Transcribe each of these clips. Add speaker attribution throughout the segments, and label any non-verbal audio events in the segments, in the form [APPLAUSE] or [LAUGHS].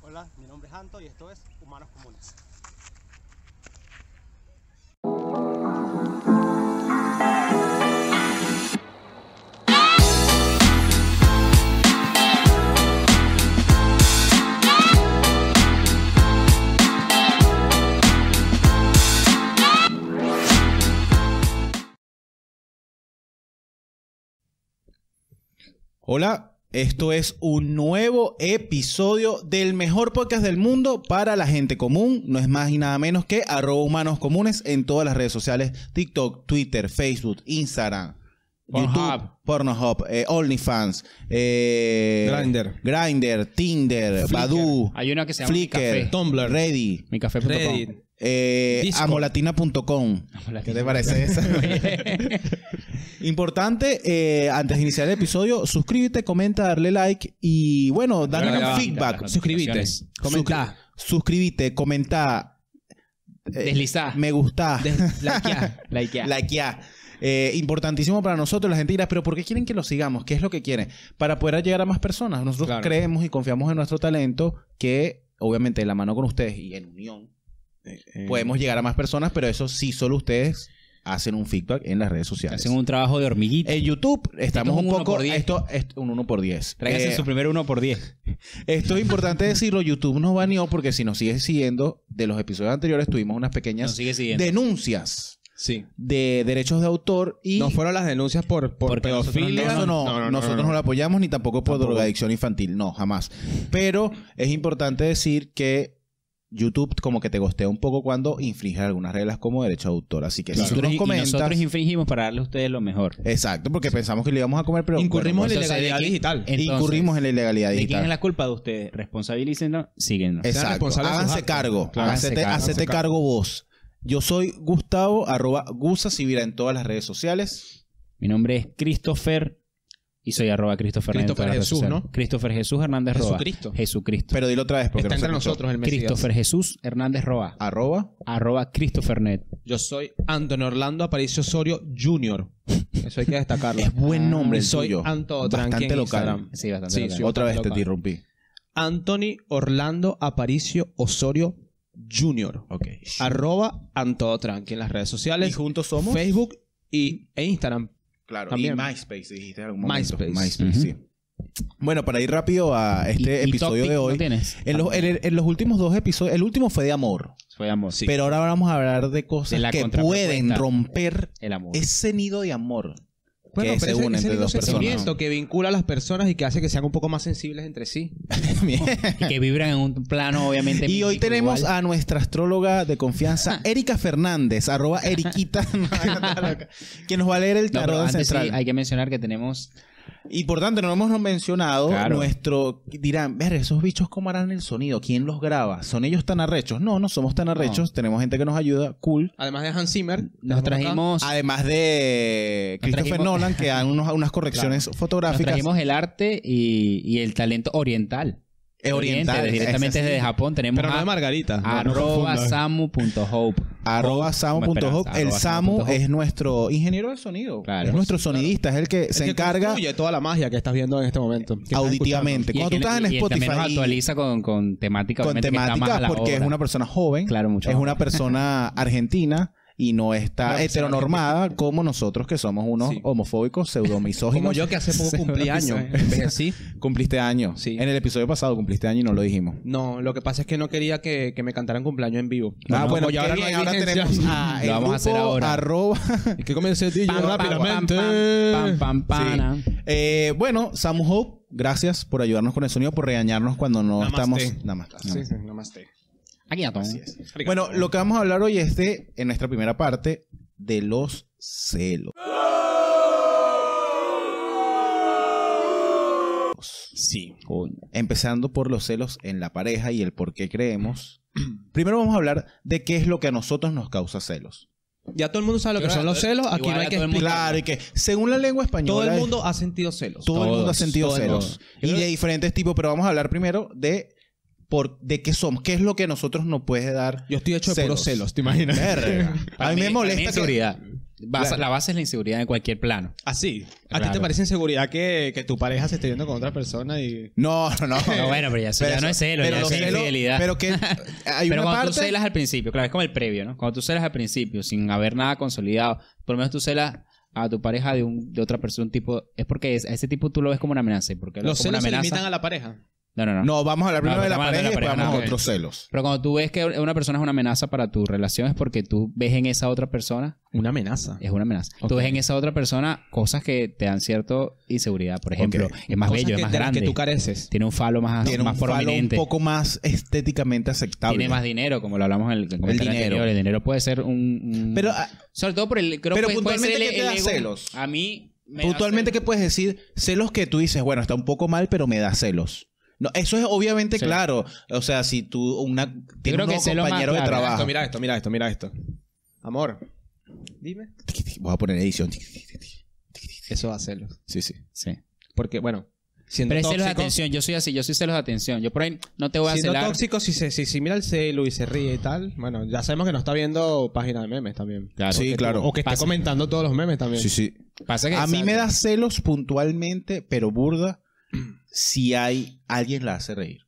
Speaker 1: Hola, mi nombre es Anto y esto es Humanos Comunes.
Speaker 2: Hola, esto es un nuevo episodio del mejor podcast del mundo para la gente común. No es más y nada menos que arroba humanos comunes en todas las redes sociales: TikTok, Twitter, Facebook, Instagram. YouTube,
Speaker 3: Pornhub.
Speaker 2: Pornhub, eh, OnlyFans, eh,
Speaker 3: Grindr.
Speaker 2: Grindr, Tinder, Badoo,
Speaker 4: Hay una que se llama Mi
Speaker 2: Flickr,
Speaker 4: Café.
Speaker 3: Tumblr.
Speaker 2: Ready,
Speaker 4: Mi café. [LAUGHS]
Speaker 3: Reddit.
Speaker 2: eh,
Speaker 3: Discord.
Speaker 2: amolatina.com. ¿Qué te
Speaker 4: [LAUGHS]
Speaker 2: parece esa?
Speaker 3: [LAUGHS]
Speaker 2: Importante, eh, antes de iniciar el episodio, suscríbete, comenta, darle like y bueno,
Speaker 3: Dale
Speaker 2: danos
Speaker 3: like.
Speaker 2: feedback.
Speaker 3: Suscribite. Comenta.
Speaker 2: Suscríbete, comenta, eh,
Speaker 4: Deslizá.
Speaker 2: me gusta,
Speaker 3: [LAUGHS] Likeá.
Speaker 4: Likeá.
Speaker 2: likeá. Eh, importantísimo para nosotros, la gente dirá, pero ¿por qué quieren que lo sigamos? ¿Qué es lo que quieren? Para poder llegar a más personas. Nosotros
Speaker 3: Claro.
Speaker 2: creemos y confiamos en nuestro talento que, obviamente, de la mano con ustedes y en unión, podemos llegar a más personas, pero eso sí, solo ustedes hacen un feedback en las redes sociales.
Speaker 4: Hacen un trabajo de hormiguita.
Speaker 2: En Eh, YouTube estamos
Speaker 4: Esto es
Speaker 2: un,
Speaker 4: un uno
Speaker 2: poco...
Speaker 4: por diez.
Speaker 2: Esto es un 1 por Eh, 10.
Speaker 4: Tráiganse su primer uno por 10.
Speaker 2: Esto es importante decirlo. YouTube nos baneó porque si nos sigues siguiendo, de los episodios anteriores tuvimos unas
Speaker 4: Nos
Speaker 2: pequeñas
Speaker 4: sigue siguiendo.
Speaker 2: denuncias
Speaker 3: Sí.
Speaker 2: de derechos de autor y...
Speaker 3: No fueron las denuncias por, por
Speaker 4: Porque nosotros
Speaker 3: pedofilia.
Speaker 2: Eso no, nosotros no, lo apoyamos ni tampoco por
Speaker 3: Tampoco.
Speaker 2: drogadicción infantil, no, jamás. Pero es importante decir que YouTube como que te gostea un poco cuando infringe algunas reglas como derecho de autor. Así que si tú
Speaker 4: Nosotros-
Speaker 2: nos
Speaker 4: y
Speaker 2: comentas...
Speaker 4: nosotros infringimos para darle a ustedes lo mejor.
Speaker 2: Exacto, porque pensamos que le íbamos a comer, pero...
Speaker 3: Incurrimos
Speaker 2: bueno, pues
Speaker 3: en la
Speaker 4: entonces,
Speaker 3: ilegalidad
Speaker 4: ¿de qué-
Speaker 3: digital.
Speaker 4: en- Entonces,
Speaker 2: incurrimos en la ilegalidad
Speaker 4: ¿De quién
Speaker 2: digital.
Speaker 4: es la culpa de ustedes? Responsabilícenlo, síguenos.
Speaker 3: Sean
Speaker 2: Exacto.
Speaker 3: responsables de sus
Speaker 2: Háganse
Speaker 3: actos.
Speaker 2: cargo.
Speaker 4: Claro,
Speaker 2: Hácete,
Speaker 4: háganse cargo,
Speaker 2: hácete
Speaker 3: háganse
Speaker 2: cargo vos. Yo soy Gustavo, arroba Gusa Sivira en todas las redes sociales.
Speaker 4: Mi nombre es Christopher y soy arroba Christopher. en todas
Speaker 3: Christopher
Speaker 4: las redes
Speaker 3: Jesús,
Speaker 4: sociales.
Speaker 3: ¿no?
Speaker 4: Christopher Jesús Hernández Roa.
Speaker 3: Jesucristo.
Speaker 4: Jesucristo.
Speaker 2: Pero dilo otra vez porque
Speaker 3: Está
Speaker 2: no se
Speaker 3: entre
Speaker 2: escuchó.
Speaker 3: nosotros el Mesías.
Speaker 4: Christopher Jesús Hernández Roa.
Speaker 2: Ah. Arroba.
Speaker 4: Arroba Christopher Net.
Speaker 3: Yo soy Antonio Orlando Aparicio Osorio Jr. Eso hay que
Speaker 2: [LAUGHS]
Speaker 3: destacarlo.
Speaker 4: Ah,
Speaker 2: Es buen nombre el
Speaker 3: soy
Speaker 2: tuyo.
Speaker 3: Anto Tranqui
Speaker 2: Bastante
Speaker 3: en
Speaker 2: local.
Speaker 3: Instagram.
Speaker 4: Sí, bastante.
Speaker 3: Sí,
Speaker 4: local.
Speaker 3: sí.
Speaker 2: Otra vez te
Speaker 3: local.
Speaker 2: interrumpí.
Speaker 3: Anthony Orlando Aparicio Osorio Jr.
Speaker 2: Ok.
Speaker 3: Arroba Anto Tranqui en las redes sociales.
Speaker 2: Y juntos somos.
Speaker 3: Facebook y, e Instagram.
Speaker 2: Claro.
Speaker 3: También.
Speaker 2: Y MySpace, dijiste en algún momento.
Speaker 3: MySpace.
Speaker 2: sí. Bueno, para ir rápido a este
Speaker 4: ¿Y- y
Speaker 2: episodio
Speaker 4: topic
Speaker 2: de
Speaker 4: no
Speaker 2: hoy.
Speaker 4: tienes?
Speaker 2: en, los, en- en los últimos dos episodios, el último fue de amor,
Speaker 4: Soy amor.
Speaker 3: Sí.
Speaker 2: pero ahora vamos a hablar de
Speaker 4: De
Speaker 2: cosas
Speaker 4: la
Speaker 2: que
Speaker 4: contrapropuesta.
Speaker 2: pueden romper
Speaker 4: El amor.
Speaker 2: ese nido de amor.
Speaker 3: Bueno,
Speaker 2: que se
Speaker 3: pero ese,
Speaker 2: unen
Speaker 3: ese
Speaker 2: entre
Speaker 3: lindo
Speaker 2: dos personas,
Speaker 3: sentimiento
Speaker 2: ¿no?
Speaker 3: que vincula a las personas y que hace que sean un poco más sensibles entre sí.
Speaker 4: [LAUGHS] Y que vibran en un plano, obviamente.
Speaker 2: [LAUGHS] Y hoy
Speaker 4: mítico
Speaker 2: tenemos
Speaker 4: igual.
Speaker 2: a nuestra astróloga de
Speaker 4: [LAUGHS]
Speaker 2: confianza, Erika Fernández, arroba Eriquita, que nos va a leer el
Speaker 4: No, pero
Speaker 2: tarot
Speaker 4: antes sí,
Speaker 2: central.
Speaker 4: hay que mencionar que tenemos.
Speaker 2: Importante, no lo hemos mencionado.
Speaker 4: Claro.
Speaker 2: Nuestro. Dirán, ver, esos bichos, ¿cómo harán el sonido? ¿Quién los graba? ¿Son ellos tan arrechos? No, no somos tan arrechos. Tenemos gente que nos ayuda. Cool.
Speaker 3: Además de Hans Zimmer,
Speaker 4: Nos
Speaker 3: tenemos acá-
Speaker 4: trajimos.
Speaker 2: Además de Christopher
Speaker 4: trajimos-
Speaker 2: Nolan, que dan unos-
Speaker 4: [LAUGHS]
Speaker 2: unas correcciones
Speaker 4: Nos
Speaker 2: fotográficas.
Speaker 4: trajimos el arte y, y el talento oriental.
Speaker 2: eh, orientales.
Speaker 4: Oriente, directamente
Speaker 2: Es así.
Speaker 4: desde Japón tenemos
Speaker 3: Pero no de
Speaker 4: a,
Speaker 3: Margarita.
Speaker 4: arroba samu.hope.
Speaker 2: Arroba samu.hope.
Speaker 4: Esperanza,
Speaker 2: El
Speaker 4: arroba
Speaker 2: Samu
Speaker 4: samu.hope.
Speaker 2: es nuestro ingeniero de sonido.
Speaker 4: Claro.
Speaker 2: Es nuestro sonidista. Es el que se encarga
Speaker 3: Oye, toda la magia que estás viendo en este momento. que estás
Speaker 2: auditivamente.
Speaker 4: Y
Speaker 2: Cuando tú
Speaker 4: el que-
Speaker 2: estás en
Speaker 4: y el también nos
Speaker 2: Spotify y-
Speaker 4: actualiza con, con temática.
Speaker 2: con
Speaker 4: obviamente, que está más
Speaker 2: temáticas
Speaker 4: a la
Speaker 2: porque es
Speaker 4: obra.
Speaker 2: una persona joven,
Speaker 4: Claro, mucho
Speaker 2: es
Speaker 4: más.
Speaker 2: una persona argentina y no
Speaker 3: Una
Speaker 2: está
Speaker 3: persona
Speaker 2: heteronormada como nosotros que somos unos
Speaker 3: Sí.
Speaker 2: homofóbicos,
Speaker 3: escuchando. Como
Speaker 2: pseudomisóginos.
Speaker 3: yo que
Speaker 2: [LAUGHS]
Speaker 3: hace poco cumplí años. ¿Sí?
Speaker 2: Cumpliste año.
Speaker 3: Sí.
Speaker 2: En el episodio pasado cumpliste año y no lo dijimos.
Speaker 3: No, lo que pasa es que no quería que, que me cantaran cumpleaños en vivo.
Speaker 2: ah,
Speaker 3: Como
Speaker 2: bueno,
Speaker 3: ya
Speaker 2: qué
Speaker 3: ahora no
Speaker 2: bien,
Speaker 3: hay
Speaker 2: ahora
Speaker 3: vigencia.
Speaker 2: [LAUGHS]
Speaker 3: [LAUGHS]
Speaker 2: tenemos a
Speaker 4: Lo
Speaker 2: el
Speaker 4: vamos a hacer
Speaker 2: grupo
Speaker 4: ahora.
Speaker 2: arroba-
Speaker 3: Y que comience el tío
Speaker 4: Pam, pam,
Speaker 3: rápidamente.
Speaker 4: pam, pam, pam, pam, pam.
Speaker 2: Eh, bueno, Samu Hope, gracias por ayudarnos con el sonido, por regañarnos cuando no
Speaker 3: Namaste.
Speaker 2: estamos... Nada más.
Speaker 3: Sí, sí, namaste.
Speaker 4: Aquí ya tomo.
Speaker 2: Bueno, lo que vamos a hablar hoy es de, en nuestra primera parte, de los celos.
Speaker 3: Sí.
Speaker 4: Coño.
Speaker 2: Empezando por los celos en la pareja y el por qué creemos. [CLEARS THROAT] Primero vamos a hablar de qué es lo que a nosotros nos causa celos.
Speaker 3: Ya todo el mundo sabe lo que
Speaker 4: Igual,
Speaker 3: son los celos. Aquí
Speaker 4: igual
Speaker 3: no
Speaker 4: a
Speaker 3: hay que
Speaker 4: todo el mundo-
Speaker 3: explicar.
Speaker 2: Claro, y que según la lengua española,
Speaker 3: Todo el
Speaker 2: es-
Speaker 3: mundo ha sentido celos.
Speaker 2: todo el mundo ha
Speaker 4: todos,
Speaker 2: sentido
Speaker 4: todo el
Speaker 2: celos.
Speaker 4: mundo.
Speaker 2: Y de diferentes tipos, pero vamos a hablar primero de por de qué somos, qué es lo que a nosotros nos puede dar.
Speaker 3: Yo estoy hecho de puros
Speaker 2: Celos.
Speaker 3: celos, ¿te imaginas?
Speaker 2: Verga. A mí me molesta que,
Speaker 4: inseguridad. Basa-
Speaker 3: Claro.
Speaker 4: La base es la inseguridad en cualquier plano.
Speaker 3: [LAUGHS] Así. ¿A ti te
Speaker 4: Claro.
Speaker 3: parece inseguridad que, que tu pareja se esté viendo con otra persona y.
Speaker 2: No, no, no.
Speaker 4: No, bueno, pero ya, eso ya no es celo, ya
Speaker 2: los
Speaker 4: eso es
Speaker 2: celos-
Speaker 4: infidelidad.
Speaker 2: Pero
Speaker 4: [LAUGHS]
Speaker 2: que hay
Speaker 4: pero
Speaker 2: una
Speaker 4: cuando tú
Speaker 2: parte...
Speaker 4: celas al principio, claro, es como el previo, ¿no? Cuando tú celas al principio, sin haber nada consolidado, por lo menos tú celas a tu pareja de, un, de otra persona, un tipo, es porque es- a ese tipo tú lo ves como una amenaza. y Porque lo
Speaker 3: Los
Speaker 4: ves como
Speaker 3: celos se
Speaker 4: una
Speaker 3: limitan
Speaker 4: amenaza.
Speaker 3: a la pareja.
Speaker 4: No, no, no,
Speaker 2: No, vamos a hablar
Speaker 4: No,
Speaker 2: primero de la
Speaker 4: estamos hablando
Speaker 2: pareja y
Speaker 4: de la
Speaker 2: después
Speaker 4: pareja,
Speaker 2: vamos a
Speaker 4: ok.
Speaker 2: otros celos.
Speaker 4: Pero cuando tú ves que una persona es una amenaza para tu relación, es porque tú ves en esa otra persona,
Speaker 3: Una amenaza.
Speaker 4: es una amenaza.
Speaker 3: Ok.
Speaker 4: Tú ves en esa otra persona cosas que te dan cierta inseguridad. Por ejemplo,
Speaker 2: Ok.
Speaker 4: es más
Speaker 3: Cosas
Speaker 4: bello, es
Speaker 3: que-
Speaker 4: más
Speaker 3: de las
Speaker 4: grande.
Speaker 3: que tú careces.
Speaker 4: tiene un falo más,
Speaker 2: Tiene
Speaker 4: más
Speaker 2: un falo un
Speaker 4: prominente.
Speaker 2: poco más estéticamente aceptable.
Speaker 4: Tiene más dinero, como lo hablamos en el, comentario
Speaker 2: dinero.
Speaker 4: anterior. El dinero puede ser un... un-
Speaker 2: Pero ah,
Speaker 4: sobre todo por el... Creo
Speaker 2: pero
Speaker 4: que puede ser
Speaker 2: puntualmente,
Speaker 4: el-
Speaker 2: ¿qué te
Speaker 4: el
Speaker 2: da
Speaker 4: ego.
Speaker 2: celos?
Speaker 4: A mí... me da
Speaker 2: puntualmente, ¿qué
Speaker 4: celos.
Speaker 2: puedes decir? Celos que tú dices, bueno, está un poco mal, pero me da celos. No, eso es obviamente
Speaker 4: Sí.
Speaker 2: claro. O sea, si tú una, tienes
Speaker 4: creo
Speaker 2: un
Speaker 4: que
Speaker 2: nuevo
Speaker 4: celo más-
Speaker 2: compañero de
Speaker 4: claro,
Speaker 2: trabajo.
Speaker 3: Mira esto, mira esto, mira esto, mira esto. Amor. Dime.
Speaker 2: Voy a poner edición.
Speaker 3: Eso da celos.
Speaker 2: Sí, sí.
Speaker 4: Sí.
Speaker 3: Porque, bueno, siendo
Speaker 4: Pero es celos de
Speaker 3: tóxico,
Speaker 4: atención. Yo soy así. Yo soy celos de atención. Yo por ahí no te voy a
Speaker 3: siendo
Speaker 4: celar.
Speaker 3: tóxico, si, se, si, si mira el celu y se ríe y tal, bueno, ya sabemos que no está viendo página de memes también.
Speaker 4: Claro.
Speaker 2: Sí,
Speaker 3: Que tú-
Speaker 2: claro.
Speaker 3: O que está
Speaker 4: Pasa.
Speaker 3: comentando todos los memes también.
Speaker 2: Sí, sí.
Speaker 4: Pasa que
Speaker 2: A mí me da celos puntualmente, pero burda, si hay alguien la hace reír.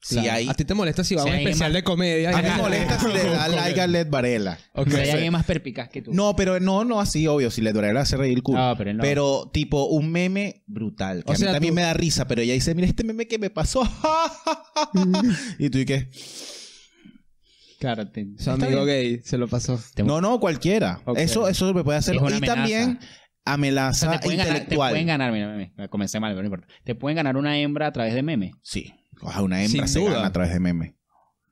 Speaker 2: Si
Speaker 3: Claro.
Speaker 2: hay...
Speaker 3: A ti te molesta si va a
Speaker 4: Si
Speaker 3: un
Speaker 4: hay
Speaker 3: especial
Speaker 4: más-
Speaker 3: de comedia. y-
Speaker 2: A mí me molesta si
Speaker 4: [LAUGHS]
Speaker 2: le da like a Led Varela.
Speaker 3: Ok.
Speaker 4: O sea, hay alguien más perpicaz que tú.
Speaker 2: No, pero no, no así, obvio. Si Led Varela hace reír, cool.
Speaker 4: No, pero no.
Speaker 2: Pero tipo un meme brutal. que
Speaker 3: O
Speaker 2: a mí
Speaker 3: sea,
Speaker 2: también
Speaker 3: tú-
Speaker 2: me da risa, pero ella dice, mira este meme que me
Speaker 4: [LAUGHS]
Speaker 2: pasó. y tú y qué.
Speaker 4: Claro, te-
Speaker 3: Su
Speaker 4: está
Speaker 3: amigo
Speaker 4: bien.
Speaker 3: gay se lo pasó.
Speaker 4: Te-
Speaker 2: No, no, cualquiera.
Speaker 3: Ok.
Speaker 2: Eso, eso me puede hacer.
Speaker 4: Es una
Speaker 2: Y
Speaker 4: amenaza.
Speaker 2: también
Speaker 4: O sea,
Speaker 2: amenaza
Speaker 4: te pueden ganar, te
Speaker 2: intelectual.
Speaker 4: pueden ganar, mira, mira, mira, comencé mal, pero no importa. Te pueden ganar una hembra a través de meme.
Speaker 2: Sí. O sea, una hembra
Speaker 3: Sin
Speaker 2: se
Speaker 3: duda.
Speaker 2: gana a través de meme.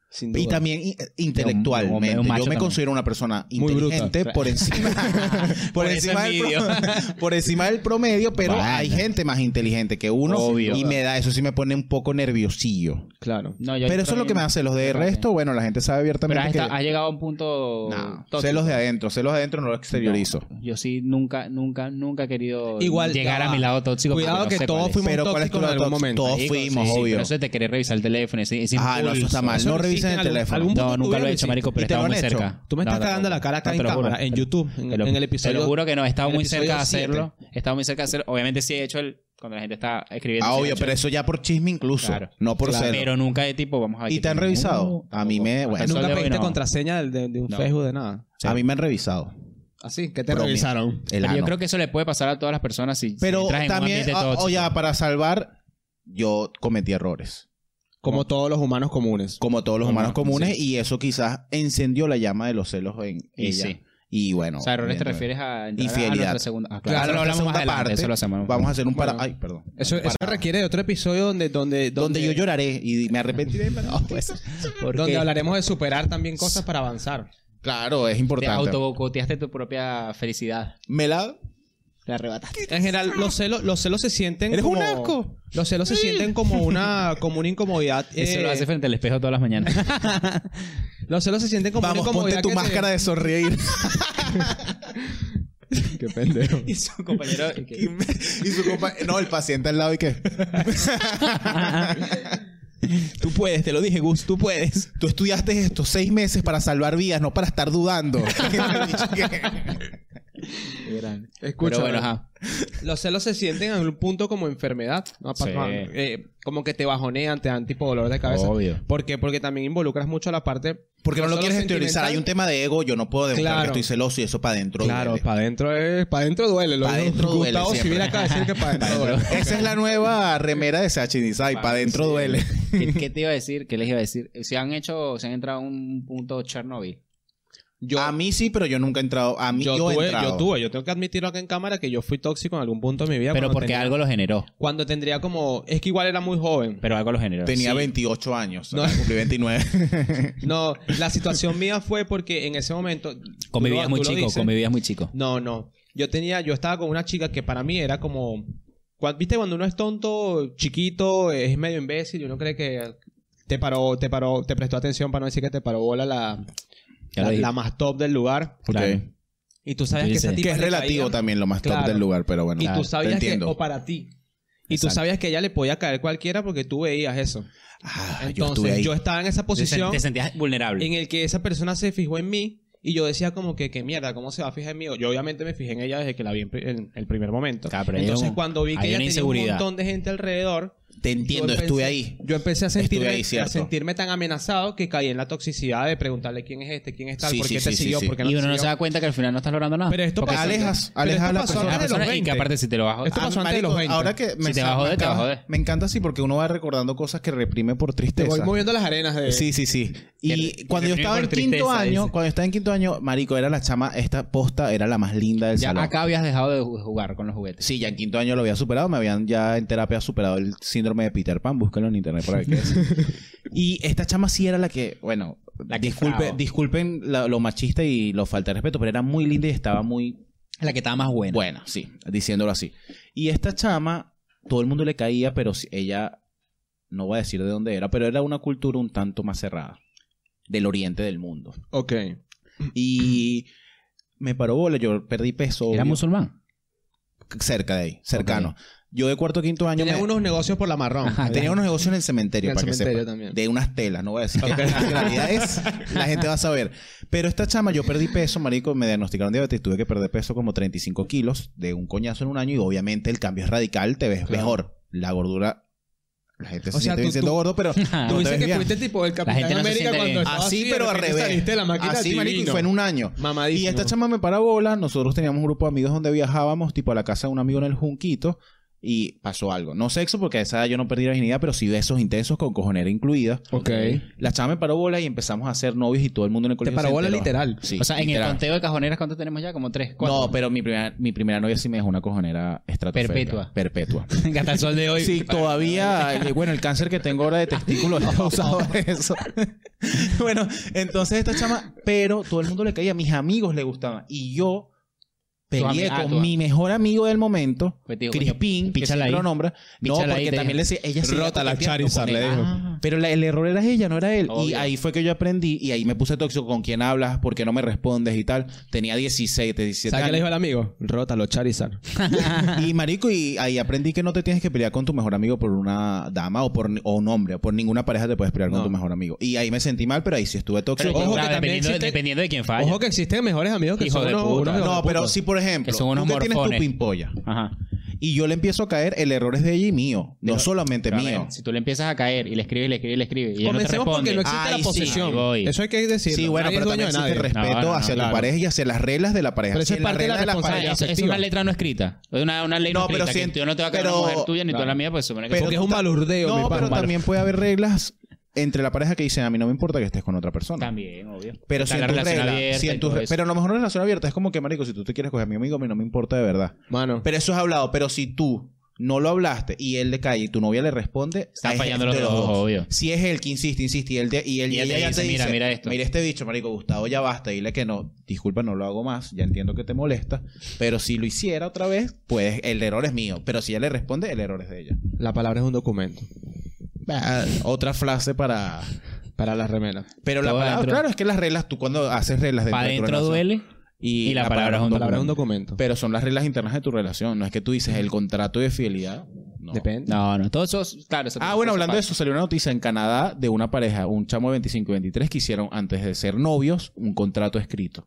Speaker 3: Sin
Speaker 2: Y también i- intelectualmente.
Speaker 4: un
Speaker 2: Yo me
Speaker 4: macho también.
Speaker 2: considero una persona
Speaker 3: Muy bruta.
Speaker 2: inteligente
Speaker 4: [LAUGHS]
Speaker 2: por encima, por,
Speaker 4: Por
Speaker 2: encima
Speaker 4: eso
Speaker 2: del pro-
Speaker 4: envidio.
Speaker 2: [LAUGHS] por encima del promedio, pero
Speaker 4: Bueno.
Speaker 2: hay gente más inteligente que uno.
Speaker 4: Obvio.
Speaker 2: Y me da, eso sí me pone un poco nerviosillo.
Speaker 3: Claro.
Speaker 4: [LAUGHS] No, yo
Speaker 2: Pero eso es lo que me hace los de
Speaker 4: Yo también.
Speaker 2: resto. Bueno, la gente sabe
Speaker 4: Pero
Speaker 2: abiertamente
Speaker 4: has,
Speaker 2: que...
Speaker 4: esta- has llegado a un punto.
Speaker 2: No,
Speaker 4: tóxico.
Speaker 2: celos de adentro, celos de adentro no lo exteriorizo.
Speaker 4: No, yo sí nunca, nunca, nunca he querido
Speaker 3: Igual,
Speaker 4: llegar
Speaker 3: ya
Speaker 4: a
Speaker 3: va.
Speaker 4: mi lado tóxico. porque
Speaker 3: Cuidado
Speaker 4: no
Speaker 3: que
Speaker 4: sé
Speaker 3: todos
Speaker 4: cuál es.
Speaker 3: fuimos
Speaker 2: Pero ¿cuál es tu
Speaker 3: tóxicos en
Speaker 2: lado
Speaker 3: algún
Speaker 2: tóxico?
Speaker 3: momento.
Speaker 2: Todos
Speaker 4: Marico,
Speaker 2: fuimos,
Speaker 4: sí, sí,
Speaker 2: obvio.
Speaker 4: Por eso te querés revisar el teléfono. Ese, ese
Speaker 2: Ah, no, eso
Speaker 4: impulso.
Speaker 2: está mal.
Speaker 3: Eso
Speaker 2: no
Speaker 3: no
Speaker 2: revisen
Speaker 3: existe
Speaker 2: el
Speaker 3: en algún-
Speaker 2: teléfono.
Speaker 3: algún-
Speaker 4: No,
Speaker 3: punto
Speaker 4: nunca lo he
Speaker 3: tuvieron,
Speaker 4: hecho,
Speaker 3: sí.
Speaker 4: marico,
Speaker 2: ¿Y
Speaker 4: pero
Speaker 2: te lo
Speaker 4: estaba muy
Speaker 2: han hecho?
Speaker 4: cerca.
Speaker 3: Tú me
Speaker 4: No,
Speaker 3: estás
Speaker 4: tampoco.
Speaker 3: cagando la cara acá
Speaker 4: No,
Speaker 3: en
Speaker 4: te lo juro,
Speaker 3: cámara, en
Speaker 4: te lo-
Speaker 3: YouTube, en,
Speaker 4: te lo-
Speaker 3: en el episodio.
Speaker 4: Te lo juro que no, estaba
Speaker 3: en el
Speaker 4: muy cerca de
Speaker 3: episodio
Speaker 4: hacerlo. Estaba muy cerca de hacerlo. Obviamente sí he hecho el. Cuando la gente está escribiendo.
Speaker 2: Ah,
Speaker 4: sí he
Speaker 2: obvio,
Speaker 4: hecho
Speaker 2: pero
Speaker 4: el-
Speaker 2: eso ya por chisme incluso,
Speaker 4: Claro.
Speaker 2: no por
Speaker 4: Claro.
Speaker 2: celo.
Speaker 4: Pero nunca de tipo, vamos a ver.
Speaker 2: ¿Y
Speaker 4: qué
Speaker 2: te han
Speaker 4: tiene.
Speaker 2: revisado?
Speaker 4: No,
Speaker 2: A mí me-
Speaker 4: tampoco.
Speaker 2: bueno.
Speaker 4: Hasta el
Speaker 3: Nunca
Speaker 4: sol de hoy
Speaker 3: pediste
Speaker 4: no.
Speaker 3: contraseña de, de un
Speaker 4: No.
Speaker 3: Facebook de nada.
Speaker 2: A mí me han revisado.
Speaker 3: Así, que te
Speaker 2: Bromeo.
Speaker 3: revisaron.
Speaker 2: El
Speaker 4: Pero
Speaker 2: ano.
Speaker 4: yo creo que eso le puede pasar a todas las personas si, si
Speaker 2: Pero
Speaker 4: entras en un
Speaker 2: también,
Speaker 4: ambiente
Speaker 2: ah,
Speaker 4: tóxico.
Speaker 2: o ya, para salvar, yo cometí errores.
Speaker 3: Como todos los humanos comunes.
Speaker 2: Como todos los
Speaker 4: Como-
Speaker 2: humanos comunes, y eso quizás encendió la llama de los celos en
Speaker 4: Y
Speaker 2: ella.
Speaker 4: sí.
Speaker 2: Y bueno.
Speaker 4: o sea, errores te
Speaker 2: viendo-
Speaker 4: refieres a.
Speaker 2: Infidelidad.
Speaker 4: A nuestra segunda. Ah, claro,
Speaker 2: Claro,
Speaker 4: eso lo
Speaker 2: la
Speaker 4: hablamos más
Speaker 2: segunda
Speaker 4: adelante.
Speaker 2: parte,
Speaker 4: Eso lo hacemos.
Speaker 2: Vamos a hacer un para.
Speaker 3: Bueno.
Speaker 2: Ay, perdón.
Speaker 3: Eso, eso
Speaker 2: Para-
Speaker 3: requiere de otro episodio donde, donde,
Speaker 2: Donde yo lloraré y me
Speaker 4: [LAUGHS]
Speaker 2: arrepentiré. pero no, pues, porque-
Speaker 3: donde hablaremos de superar también cosas para avanzar.
Speaker 2: Claro, es
Speaker 4: Te
Speaker 2: importante.
Speaker 4: autobocoteaste tu propia felicidad.
Speaker 2: Me la.
Speaker 4: La arrebataste.
Speaker 3: En general, los celos, los celos se sienten
Speaker 2: Eres
Speaker 3: como...
Speaker 2: un asco.
Speaker 3: Los celos se sienten como una, como una [LAUGHS] incomodidad.
Speaker 4: Eso
Speaker 3: eh,
Speaker 4: lo hace frente al espejo todas las mañanas.
Speaker 3: los celos se sienten como
Speaker 2: Vamos,
Speaker 3: una
Speaker 2: ponte
Speaker 3: incomodidad
Speaker 2: tu
Speaker 3: que se-
Speaker 2: máscara de
Speaker 3: [LAUGHS]
Speaker 2: sonreír.
Speaker 3: Qué pendejo.
Speaker 4: y su [LAUGHS] compañero.
Speaker 2: y, me- [LAUGHS] y su compa- No, el paciente al lado y que.
Speaker 3: Tú puedes, te lo dije, Gus, tú puedes.
Speaker 2: Tú estudiaste esto seis meses para salvar vidas, no para estar dudando. [LAUGHS]
Speaker 3: Escucha,
Speaker 4: Pero bueno,
Speaker 3: ¿verdad?
Speaker 4: ajá.
Speaker 3: los celos se sienten en un punto como enfermedad. ¿no? Pa-
Speaker 4: Sí.
Speaker 3: eh, como que te bajonean, te dan tipo dolor de cabeza.
Speaker 4: Obvio.
Speaker 3: ¿Por qué? Porque también involucras mucho la parte...
Speaker 2: Porque no lo
Speaker 3: solo
Speaker 2: quieres exteriorizar.
Speaker 3: sentimental.
Speaker 2: Hay un tema de ego, yo no puedo demostrar
Speaker 3: Claro.
Speaker 2: que estoy celoso y eso para adentro.
Speaker 3: Claro,
Speaker 2: duele.
Speaker 3: para adentro para adentro duele. lo
Speaker 2: Pa'
Speaker 3: dijo
Speaker 2: dentro duele
Speaker 3: Gustavo
Speaker 2: siempre.
Speaker 3: Civil acaba de decir que para
Speaker 2: [LAUGHS]
Speaker 3: adentro duele.
Speaker 2: Esa es la nueva remera de Sachi Design. Para adentro duele.
Speaker 4: ¿Qué, qué te iba a decir? ¿Qué les iba a decir? Se han hecho, se han entrado a un punto Chernobyl.
Speaker 3: Yo,
Speaker 2: a mí sí, pero yo nunca he entrado. A mí yo,
Speaker 3: yo,
Speaker 2: he
Speaker 3: tuve,
Speaker 2: entrado.
Speaker 3: yo tuve, yo tengo que admitirlo acá en cámara que yo fui tóxico en algún punto de mi vida.
Speaker 4: Pero
Speaker 3: cuando
Speaker 4: porque
Speaker 3: tenía-
Speaker 4: algo lo generó.
Speaker 3: Cuando tendría como... Es que igual era muy joven.
Speaker 4: Pero algo lo generó.
Speaker 2: Tenía 28 años. ahora Cumplí 29.
Speaker 3: No, la situación mía fue porque en ese momento... tú
Speaker 4: Convivías
Speaker 3: lo-
Speaker 4: muy
Speaker 3: tú lo
Speaker 4: chico,
Speaker 3: dices.
Speaker 4: convivías muy chico.
Speaker 3: No, no. Yo tenía, yo estaba con una chica que para mí era como. cua- ¿Viste cuando uno es tonto, chiquito, es medio imbécil y uno cree que te paró, te paró, te prestó atención para no decir que te paró bola la,
Speaker 4: Ya
Speaker 3: la,
Speaker 4: lo dije.
Speaker 3: la más top del lugar?
Speaker 4: Claro.
Speaker 2: Ok.
Speaker 3: Y tú sabías
Speaker 4: Sí,
Speaker 3: que esa
Speaker 4: sí.
Speaker 3: tipa
Speaker 2: Que es
Speaker 3: le
Speaker 2: relativo
Speaker 3: caía-
Speaker 2: también lo más top
Speaker 3: Claro.
Speaker 2: del lugar, pero bueno.
Speaker 3: Y
Speaker 4: Claro,
Speaker 3: tú
Speaker 2: te
Speaker 3: sabías que,
Speaker 2: entiendo.
Speaker 3: o para ti. Y tú
Speaker 4: Exacto.
Speaker 3: sabías que a ella le podía caer cualquiera porque tú veías eso.
Speaker 2: Ah, yo
Speaker 3: Entonces,
Speaker 2: estuve ahí.
Speaker 3: yo, estaba en esa
Speaker 4: Te sen-
Speaker 3: posición
Speaker 4: Te sentías vulnerable.
Speaker 3: en el que esa persona se fijó en mí Y yo decía como que, qué mierda, ¿cómo se va a fijar en mí? Yo obviamente me fijé en ella desde que la vi en, pri- en el primer momento.
Speaker 4: Claro, pero hay
Speaker 3: Entonces
Speaker 4: un-
Speaker 3: cuando vi que
Speaker 4: hay
Speaker 3: ella
Speaker 4: una
Speaker 3: tenía un
Speaker 4: inseguridad.
Speaker 3: montón de gente alrededor,
Speaker 2: Te entiendo, estuve
Speaker 3: empecé-
Speaker 2: ahí.
Speaker 3: Yo empecé a sentirme,
Speaker 2: ahí,
Speaker 3: a
Speaker 2: cierto.
Speaker 3: sentirme tan amenazado que caí en la toxicidad de preguntarle quién es este, quién es tal,
Speaker 2: Sí,
Speaker 3: por
Speaker 2: sí,
Speaker 3: qué te
Speaker 2: sí, sí,
Speaker 3: siguió,
Speaker 2: sí.
Speaker 3: por qué no
Speaker 4: Y
Speaker 3: te
Speaker 4: uno no
Speaker 3: siguió.
Speaker 4: se da cuenta que al final no estás logrando nada.
Speaker 3: Pero esto
Speaker 2: Porque
Speaker 3: pasó
Speaker 2: alejas-
Speaker 3: pero
Speaker 2: alejas
Speaker 3: esto
Speaker 2: a la
Speaker 3: pasó
Speaker 2: persona.
Speaker 3: antes de los
Speaker 4: Persona- y que
Speaker 3: 20.
Speaker 4: aparte si te lo bajo...
Speaker 3: Esto pasó antes de los 20.
Speaker 2: Ah, Ahora que
Speaker 4: Si te va a joder, te va a
Speaker 2: acaba-
Speaker 4: joder.
Speaker 2: me encanta así porque uno va recordando cosas que reprime por
Speaker 3: Te
Speaker 2: tristeza.
Speaker 3: voy moviendo las arenas de...
Speaker 2: Sí, sí, sí.
Speaker 4: Que-
Speaker 2: Y cuando yo
Speaker 4: que
Speaker 2: estaba en
Speaker 4: por
Speaker 2: quinto
Speaker 4: tristeza,
Speaker 2: año,
Speaker 4: dice.
Speaker 2: cuando estaba en quinto año, marico, era la chama, esta posta era la más linda del
Speaker 4: Ya
Speaker 2: salón.
Speaker 4: acá habías dejado de ju- jugar con los juguetes.
Speaker 2: Sí, ya en quinto año lo había superado, me habían ya en terapia superado el síndrome de Peter Pan, búsquenlo en internet para ver qué
Speaker 4: [LAUGHS]
Speaker 2: es. y esta chama sí era la que, bueno,
Speaker 4: La que
Speaker 2: disculpe-
Speaker 4: estaba.
Speaker 2: disculpen la- lo machista y lo falta de respeto, pero era muy linda y estaba muy
Speaker 4: La que estaba más buena.
Speaker 2: buena, sí, diciéndolo así. Y esta chama, todo el mundo le caía, pero si- ella, no voy a decir de dónde era, pero era una cultura un tanto más cerrada, del oriente del mundo.
Speaker 3: Ok.
Speaker 2: Y me paró bola, yo perdí peso.
Speaker 4: Era
Speaker 2: obvio.
Speaker 4: musulmán.
Speaker 2: cerca de ahí, cercano. Yo de cuarto a quinto año
Speaker 3: Tenía
Speaker 2: me-
Speaker 3: unos negocios por la marrón.
Speaker 4: Ajá,
Speaker 2: tenía unos negocios en el cementerio,
Speaker 3: En el
Speaker 2: para que
Speaker 3: cementerio
Speaker 2: sepa.
Speaker 3: también.
Speaker 2: De unas telas, no voy a decir [LAUGHS] qué nacionalidad es. La gente va a saber. Pero esta chama, yo perdí peso, marico, me diagnosticaron diabetes, tuve que perder peso como 35 kilos de un coñazo en un año y obviamente el cambio es radical, te ves
Speaker 3: Claro.
Speaker 2: mejor. La gordura, la gente se
Speaker 3: O sea,
Speaker 2: siente
Speaker 3: tú-
Speaker 2: bien siendo
Speaker 3: tú-
Speaker 2: gordo,
Speaker 3: [LAUGHS]
Speaker 2: pero
Speaker 4: Ajá.
Speaker 2: no
Speaker 3: Tú
Speaker 2: te
Speaker 3: dices
Speaker 2: ves
Speaker 3: que
Speaker 2: bien.
Speaker 3: fuiste tipo el
Speaker 4: gente
Speaker 3: Capitán
Speaker 4: no se
Speaker 3: América
Speaker 4: siente
Speaker 3: cuando
Speaker 4: bien.
Speaker 3: estaba
Speaker 2: Así, pero
Speaker 3: de
Speaker 2: al
Speaker 3: repente
Speaker 2: revés.
Speaker 3: saliste de la máquina
Speaker 2: Así, marico, y
Speaker 3: divino.
Speaker 2: fue en un año.
Speaker 3: Mamadísimo.
Speaker 2: Y esta chama me para bola. Nosotros teníamos un grupo de amigos donde viajábamos, tipo a la casa de un amigo en el Junquito. Y pasó algo. No sexo, porque a esa edad yo no perdí la virginidad, pero sí besos intensos con cojonera incluida.
Speaker 3: Ok.
Speaker 2: La chama me paró bola y empezamos a ser novios y todo el mundo en el
Speaker 3: Te
Speaker 2: colegio.
Speaker 3: paró
Speaker 2: se
Speaker 3: bola
Speaker 2: enteró.
Speaker 3: literal.
Speaker 2: Sí,
Speaker 4: o sea, en
Speaker 2: literal.
Speaker 4: el conteo de cajoneras, ¿cuánto tenemos ya? Como tres,
Speaker 2: No,
Speaker 4: cuatro.
Speaker 2: pero mi primera, mi primera novia sí me dejó una cojonera estratosférica.
Speaker 4: Perpetua.
Speaker 2: Perpetua.
Speaker 4: No. Hasta el sol [LAUGHS] de hoy.
Speaker 2: Sí, todavía. eh, bueno, el cáncer que tengo ahora de
Speaker 3: [LAUGHS]
Speaker 2: testículo es causado por eso. [LAUGHS] bueno, entonces esta chama, pero todo el mundo le caía, mis amigos le gustaban. Y yo peleé
Speaker 4: ami- ah,
Speaker 2: con
Speaker 4: tú-
Speaker 2: mi mejor amigo del momento,
Speaker 4: Pues te digo,
Speaker 2: Crispín,
Speaker 4: coño,
Speaker 2: que
Speaker 4: píchala
Speaker 2: siempre lo
Speaker 4: ahí.
Speaker 2: nombra. No,
Speaker 4: Píchala ahí,
Speaker 2: porque
Speaker 4: te
Speaker 2: también le
Speaker 4: dijo.
Speaker 2: decía, ella se
Speaker 3: Rota la Charizard, le dijo.
Speaker 4: Ah.
Speaker 2: Pero la- el error era ella, no era él. Y
Speaker 4: Obvio.
Speaker 2: ahí fue que yo aprendí y ahí me puse tóxico con quién hablas, por qué no me respondes y tal. Tenía 16, 17
Speaker 3: ¿Sabes qué le dijo
Speaker 2: años.
Speaker 3: el amigo? Rótalo, Charizard.
Speaker 2: Y marico, y ahí aprendí que no te tienes que pelear con tu mejor amigo por una dama o por ni- o un hombre, o por ninguna pareja te puedes pelear
Speaker 3: No.
Speaker 2: con tu mejor amigo. Y ahí me sentí mal, pero ahí sí estuve
Speaker 4: Pero
Speaker 2: tóxico.
Speaker 3: Ojo
Speaker 4: claro,
Speaker 3: que también
Speaker 4: dependiendo,
Speaker 3: existe-
Speaker 4: dependiendo de quién falla.
Speaker 3: Ojo que existen mejores amigos que
Speaker 4: Hijo
Speaker 3: son
Speaker 4: de
Speaker 3: unos,
Speaker 4: puta.
Speaker 3: unos
Speaker 2: no, pero
Speaker 3: putos.
Speaker 2: sí, por ejemplo,
Speaker 4: Que son unos
Speaker 2: tú que tienes tu
Speaker 4: morfones.
Speaker 2: pimpolla
Speaker 4: Ajá.
Speaker 2: y yo le empiezo a caer, el error es de ella y mío, no solamente
Speaker 4: Pero a
Speaker 2: mío.
Speaker 4: ver, si tú le empiezas a caer y le escribes, y le escribes, y le escribes. Y ella no te
Speaker 3: Comencemos porque
Speaker 4: responde.
Speaker 3: no existe
Speaker 2: Ay,
Speaker 3: la
Speaker 2: sí,
Speaker 3: posesión.
Speaker 4: ahí voy.
Speaker 3: eso hay que decirlo.
Speaker 2: Sí, bueno,
Speaker 3: Nadie es
Speaker 2: pero también
Speaker 3: dueño de
Speaker 2: existe
Speaker 3: nadie.
Speaker 2: respeto
Speaker 4: No, no, no,
Speaker 2: hacia
Speaker 3: claro.
Speaker 2: tu pareja y hacia las reglas de la pareja.
Speaker 3: Pero eso
Speaker 2: Si
Speaker 3: es
Speaker 2: en las
Speaker 3: parte de la
Speaker 2: reglas
Speaker 4: O sea,
Speaker 3: responsabilidad.
Speaker 4: es, es
Speaker 3: afectiva.
Speaker 4: una letra no escrita. Es una, una ley no,
Speaker 2: No, pero
Speaker 4: escrita.
Speaker 2: si-
Speaker 4: que tú no te vas a caer
Speaker 2: pero-
Speaker 4: una mujer tuya ni tú
Speaker 3: Claro.
Speaker 4: la mía, pues se supone que
Speaker 2: Pero-
Speaker 3: Porque es un balurdeo. mi
Speaker 2: No,
Speaker 3: pana.
Speaker 2: pero también puede haber reglas entre la pareja que dicen, a mí no me importa que estés con otra persona.
Speaker 4: También, obvio.
Speaker 2: Pero
Speaker 4: Está
Speaker 2: si
Speaker 4: la
Speaker 2: en tu
Speaker 4: relación
Speaker 2: regla,
Speaker 4: abierta
Speaker 2: si en
Speaker 4: y
Speaker 2: tu
Speaker 4: todo
Speaker 2: re-
Speaker 4: eso.
Speaker 2: pero a lo mejor una relación abierta es como que, marico, si tú te quieres coger a mi amigo, a mí no me importa de verdad.
Speaker 3: Mano.
Speaker 2: Pero eso es hablado, pero si tú no lo hablaste y él le cae y tu novia le responde,
Speaker 4: Están
Speaker 2: es
Speaker 4: fallando
Speaker 2: de
Speaker 4: los dos, obvio.
Speaker 2: Si es él que insiste, insiste y él de- y él
Speaker 4: Y
Speaker 2: y
Speaker 4: él
Speaker 2: ella
Speaker 4: te
Speaker 2: ya
Speaker 4: dice,
Speaker 2: te
Speaker 4: "Mira,
Speaker 2: dice,
Speaker 4: mira esto".
Speaker 2: Mira este bicho, marico, Gustavo, ya basta, dile que no, disculpa, no lo hago más, ya entiendo que te molesta, pero si lo hiciera otra vez, pues el error es mío, pero si ella le responde, el error es de ella.
Speaker 3: La palabra es un documento.
Speaker 2: Ah, Otra frase para
Speaker 3: Para las remeras.
Speaker 2: pero la
Speaker 4: Todo
Speaker 2: palabra,
Speaker 4: adentro.
Speaker 2: claro, es que las reglas, tú cuando haces reglas de
Speaker 4: Para adentro duele.
Speaker 2: y,
Speaker 4: y la palabra es un
Speaker 3: La palabra es un documento.
Speaker 2: Pero son las reglas internas de tu relación. No es que tú dices el contrato de fidelidad. No.
Speaker 3: Depende.
Speaker 4: No, no. Todo eso, claro. eso-
Speaker 2: Ah, bueno,
Speaker 4: eso
Speaker 2: hablando de
Speaker 4: pasa.
Speaker 2: eso, salió una noticia en Canadá de una pareja, un chamo de 25 y 23, que hicieron antes de ser novios un contrato escrito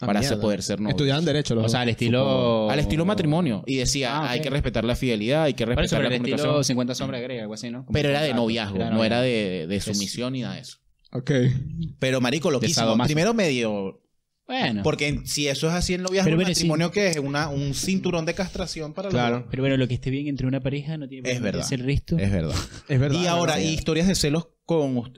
Speaker 3: Ah,
Speaker 2: para
Speaker 3: mierda.
Speaker 2: se- poder ser novios.
Speaker 3: Estudiaban derecho los
Speaker 4: O sea, al
Speaker 3: dos.
Speaker 4: estilo.
Speaker 2: Al estilo matrimonio. Y decía,
Speaker 4: Ah, ok.
Speaker 2: hay que respetar la fidelidad, hay que
Speaker 4: Por
Speaker 2: respetar
Speaker 4: eso, pero
Speaker 2: la
Speaker 4: el
Speaker 2: comunicación.
Speaker 4: estilo 50 sombras de Grey, algo así, ¿no? Como
Speaker 2: Pero era de
Speaker 4: contrato,
Speaker 2: noviazgo, no era
Speaker 4: noviazgo.
Speaker 2: de, de sumisión ni nada de eso.
Speaker 3: Ok.
Speaker 2: Pero, marico, loquísimo.
Speaker 4: sadomaso.
Speaker 2: Primero medio...
Speaker 4: Bueno.
Speaker 2: Porque si eso es así en noviazgo,
Speaker 4: Pero
Speaker 2: el
Speaker 4: bueno,
Speaker 2: matrimonio que es una, un cinturón de castración para los
Speaker 3: Claro.
Speaker 4: Pero bueno, lo que esté bien entre una pareja no tiene por
Speaker 2: Es
Speaker 4: qué
Speaker 2: verdad.
Speaker 4: ser risto.
Speaker 2: dos. Es verdad.
Speaker 3: Es verdad.
Speaker 2: y
Speaker 3: es
Speaker 2: ahora,
Speaker 3: verdad.
Speaker 2: y historias de celos con ust-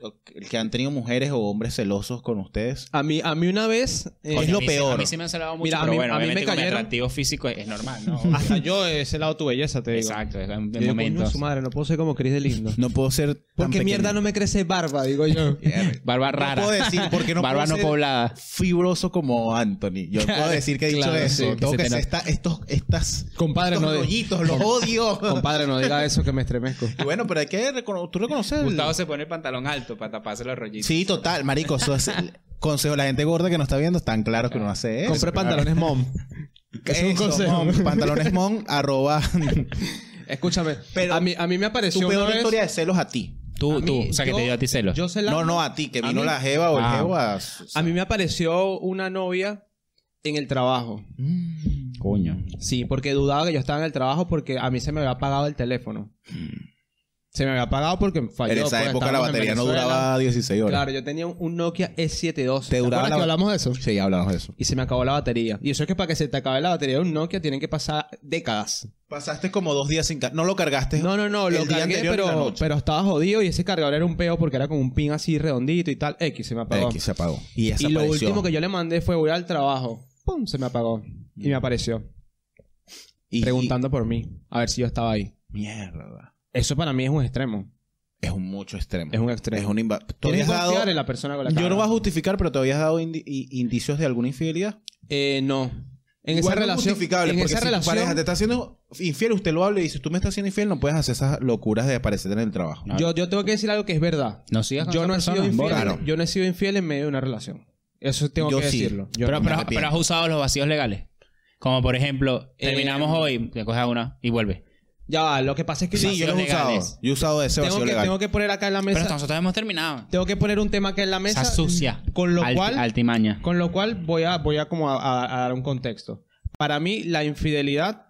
Speaker 2: que han tenido mujeres o hombres celosos con ustedes.
Speaker 3: A mí, a mí una vez. eh,
Speaker 2: Coño,
Speaker 4: Oye,
Speaker 2: es lo
Speaker 4: a mí se-
Speaker 2: peor.
Speaker 4: A mí se me han salvado mucho,
Speaker 3: Mira, a
Speaker 4: pero
Speaker 3: mí-
Speaker 4: bueno,
Speaker 3: a mí me
Speaker 4: obviamente con el
Speaker 3: cayeron-
Speaker 4: atractivo físico es, es normal, ¿no?
Speaker 3: [LAUGHS] hasta yo de ese lado tu belleza, te digo.
Speaker 4: Exacto, es un
Speaker 3: Yo digo, coño,
Speaker 4: momento.
Speaker 3: su madre, no puedo ser como Cris de lindo.
Speaker 2: No puedo ser. tan
Speaker 3: Porque
Speaker 2: pequeño.
Speaker 3: mierda no me crece barba, digo yo.
Speaker 2: [LAUGHS]
Speaker 4: Barba rara.
Speaker 2: No puedo decir porque no
Speaker 4: Barba
Speaker 2: puedo
Speaker 4: no
Speaker 2: ser
Speaker 4: poblada.
Speaker 2: fibroso como Anthony. Yo puedo decir que he dicho
Speaker 3: claro, sí,
Speaker 2: eso.
Speaker 3: que
Speaker 2: Tengo
Speaker 3: se
Speaker 2: que
Speaker 3: te
Speaker 2: ser
Speaker 3: nota.
Speaker 2: esta- estos, estas,
Speaker 3: [LAUGHS] Compadre,
Speaker 2: estos
Speaker 3: no eh. de-
Speaker 2: rollitos,
Speaker 3: [LAUGHS]
Speaker 2: los odio.
Speaker 3: Compadre, no diga eso que me [LAUGHS] estremezco.
Speaker 2: Y [LAUGHS] bueno, pero hay que recono- tú reconoces.
Speaker 4: Gustavo se pone el pantalón alto para taparse los rollitos.
Speaker 2: Sí, total, marico. Eso es el
Speaker 3: [LAUGHS]
Speaker 2: consejo. La gente gorda que no está viendo, están claros que uno hace eso.
Speaker 3: Compré pantalones mom. Es un
Speaker 2: Eso, [LAUGHS]
Speaker 3: consejo.
Speaker 2: mon, pantalones mon, arroba. [LAUGHS]
Speaker 3: Escúchame.
Speaker 2: Pero
Speaker 3: a, mí, a mí me
Speaker 2: tu
Speaker 3: apareció una
Speaker 2: peor
Speaker 3: vez.
Speaker 2: historia de celos a ti.
Speaker 4: Tú,
Speaker 3: A mí-
Speaker 4: tú, o sea, que te
Speaker 3: yo-
Speaker 4: dio a ti celos.
Speaker 3: Yo se la-
Speaker 2: No, no, a ti, que
Speaker 3: A
Speaker 2: vino
Speaker 3: mí-
Speaker 2: la jeva o el
Speaker 4: Ah.
Speaker 2: jevo a...
Speaker 3: A mí me apareció una novia en el trabajo.
Speaker 4: Mm. Coño.
Speaker 3: Sí, porque dudaba que yo estaba en el trabajo porque a mí se me había apagado el teléfono. Se me había apagado porque falló.
Speaker 2: en esa
Speaker 3: pues,
Speaker 2: época la
Speaker 3: estábamos en
Speaker 2: batería no
Speaker 3: Venezuela.
Speaker 2: duraba 16 horas.
Speaker 3: Claro, yo tenía un- un Nokia E E72.
Speaker 2: Te duraba
Speaker 3: acuerdas
Speaker 2: la-
Speaker 3: que hablamos de eso?
Speaker 2: Sí, hablamos de eso.
Speaker 3: Y se me acabó la batería. Y eso es que para que se te acabe la batería de un Nokia tienen que pasar décadas.
Speaker 2: Pasaste como dos días sin... ca- No lo cargaste.
Speaker 3: No, no, no,
Speaker 2: el
Speaker 3: lo
Speaker 2: día
Speaker 3: cargué,
Speaker 2: anterior en la
Speaker 3: pero,
Speaker 2: noche.
Speaker 3: pero estaba jodido y ese cargador era un peo porque era con un pin así redondito y tal. X se me apagó.
Speaker 2: X se apagó. Y,
Speaker 3: y lo último que yo le mandé fue voy al trabajo. ¡Pum! Se me apagó. Y me apareció. Preguntando por mí. A ver si yo estaba ahí.
Speaker 2: Mierda.
Speaker 3: Eso para mí es un extremo.
Speaker 2: Es un mucho extremo.
Speaker 3: Es un extremo.
Speaker 2: Es un inva- ¿Tú
Speaker 3: Tienes
Speaker 2: habías
Speaker 3: que
Speaker 2: dado-
Speaker 3: confiar en la persona con la que
Speaker 2: Yo no voy a
Speaker 3: hablas.
Speaker 2: justificar, pero te habías dado indi- i- indicios de alguna infidelidad.
Speaker 3: Eh, no.
Speaker 2: Igual
Speaker 3: En esa
Speaker 2: no es
Speaker 3: relación.
Speaker 2: justificable,
Speaker 3: en
Speaker 2: porque
Speaker 3: esa
Speaker 2: si
Speaker 3: relación.
Speaker 2: tu pareja te está haciendo infiel, usted lo habla y dice, tú me estás haciendo infiel, no puedes hacer esas locuras de aparecer en el trabajo.
Speaker 3: Yo, yo tengo que decir algo que es verdad.
Speaker 4: No sigas con
Speaker 3: yo
Speaker 4: esa
Speaker 3: no he
Speaker 4: persona,
Speaker 3: sido infiel.
Speaker 2: bórralo.
Speaker 3: Yo no he sido infiel en medio de una relación. Eso tengo
Speaker 2: Yo
Speaker 3: que
Speaker 2: sí.
Speaker 3: decirlo. Yo
Speaker 4: pero,
Speaker 3: no.
Speaker 4: pero-
Speaker 2: arrepiento.
Speaker 4: pero has usado los vacíos legales. Como por ejemplo,
Speaker 3: Eh,
Speaker 4: terminamos hoy, te coges a una y vuelve.
Speaker 3: Ya va, lo que pasa es que
Speaker 2: sí, yo lo he
Speaker 4: vacíos
Speaker 2: usado.
Speaker 4: legales.
Speaker 2: Yo he usado ese
Speaker 3: tengo,
Speaker 2: vacío
Speaker 3: que,
Speaker 2: legal.
Speaker 3: tengo que poner acá en la
Speaker 4: Pero
Speaker 3: mesa.
Speaker 4: nosotros hemos terminado.
Speaker 3: tengo que poner un tema acá en la mesa.
Speaker 4: Esa sucia.
Speaker 3: Con lo
Speaker 4: Alt-
Speaker 3: cual.
Speaker 4: Altimaña.
Speaker 3: Con lo cual voy a, voy a como a, a- a dar un contexto. Para mí, la infidelidad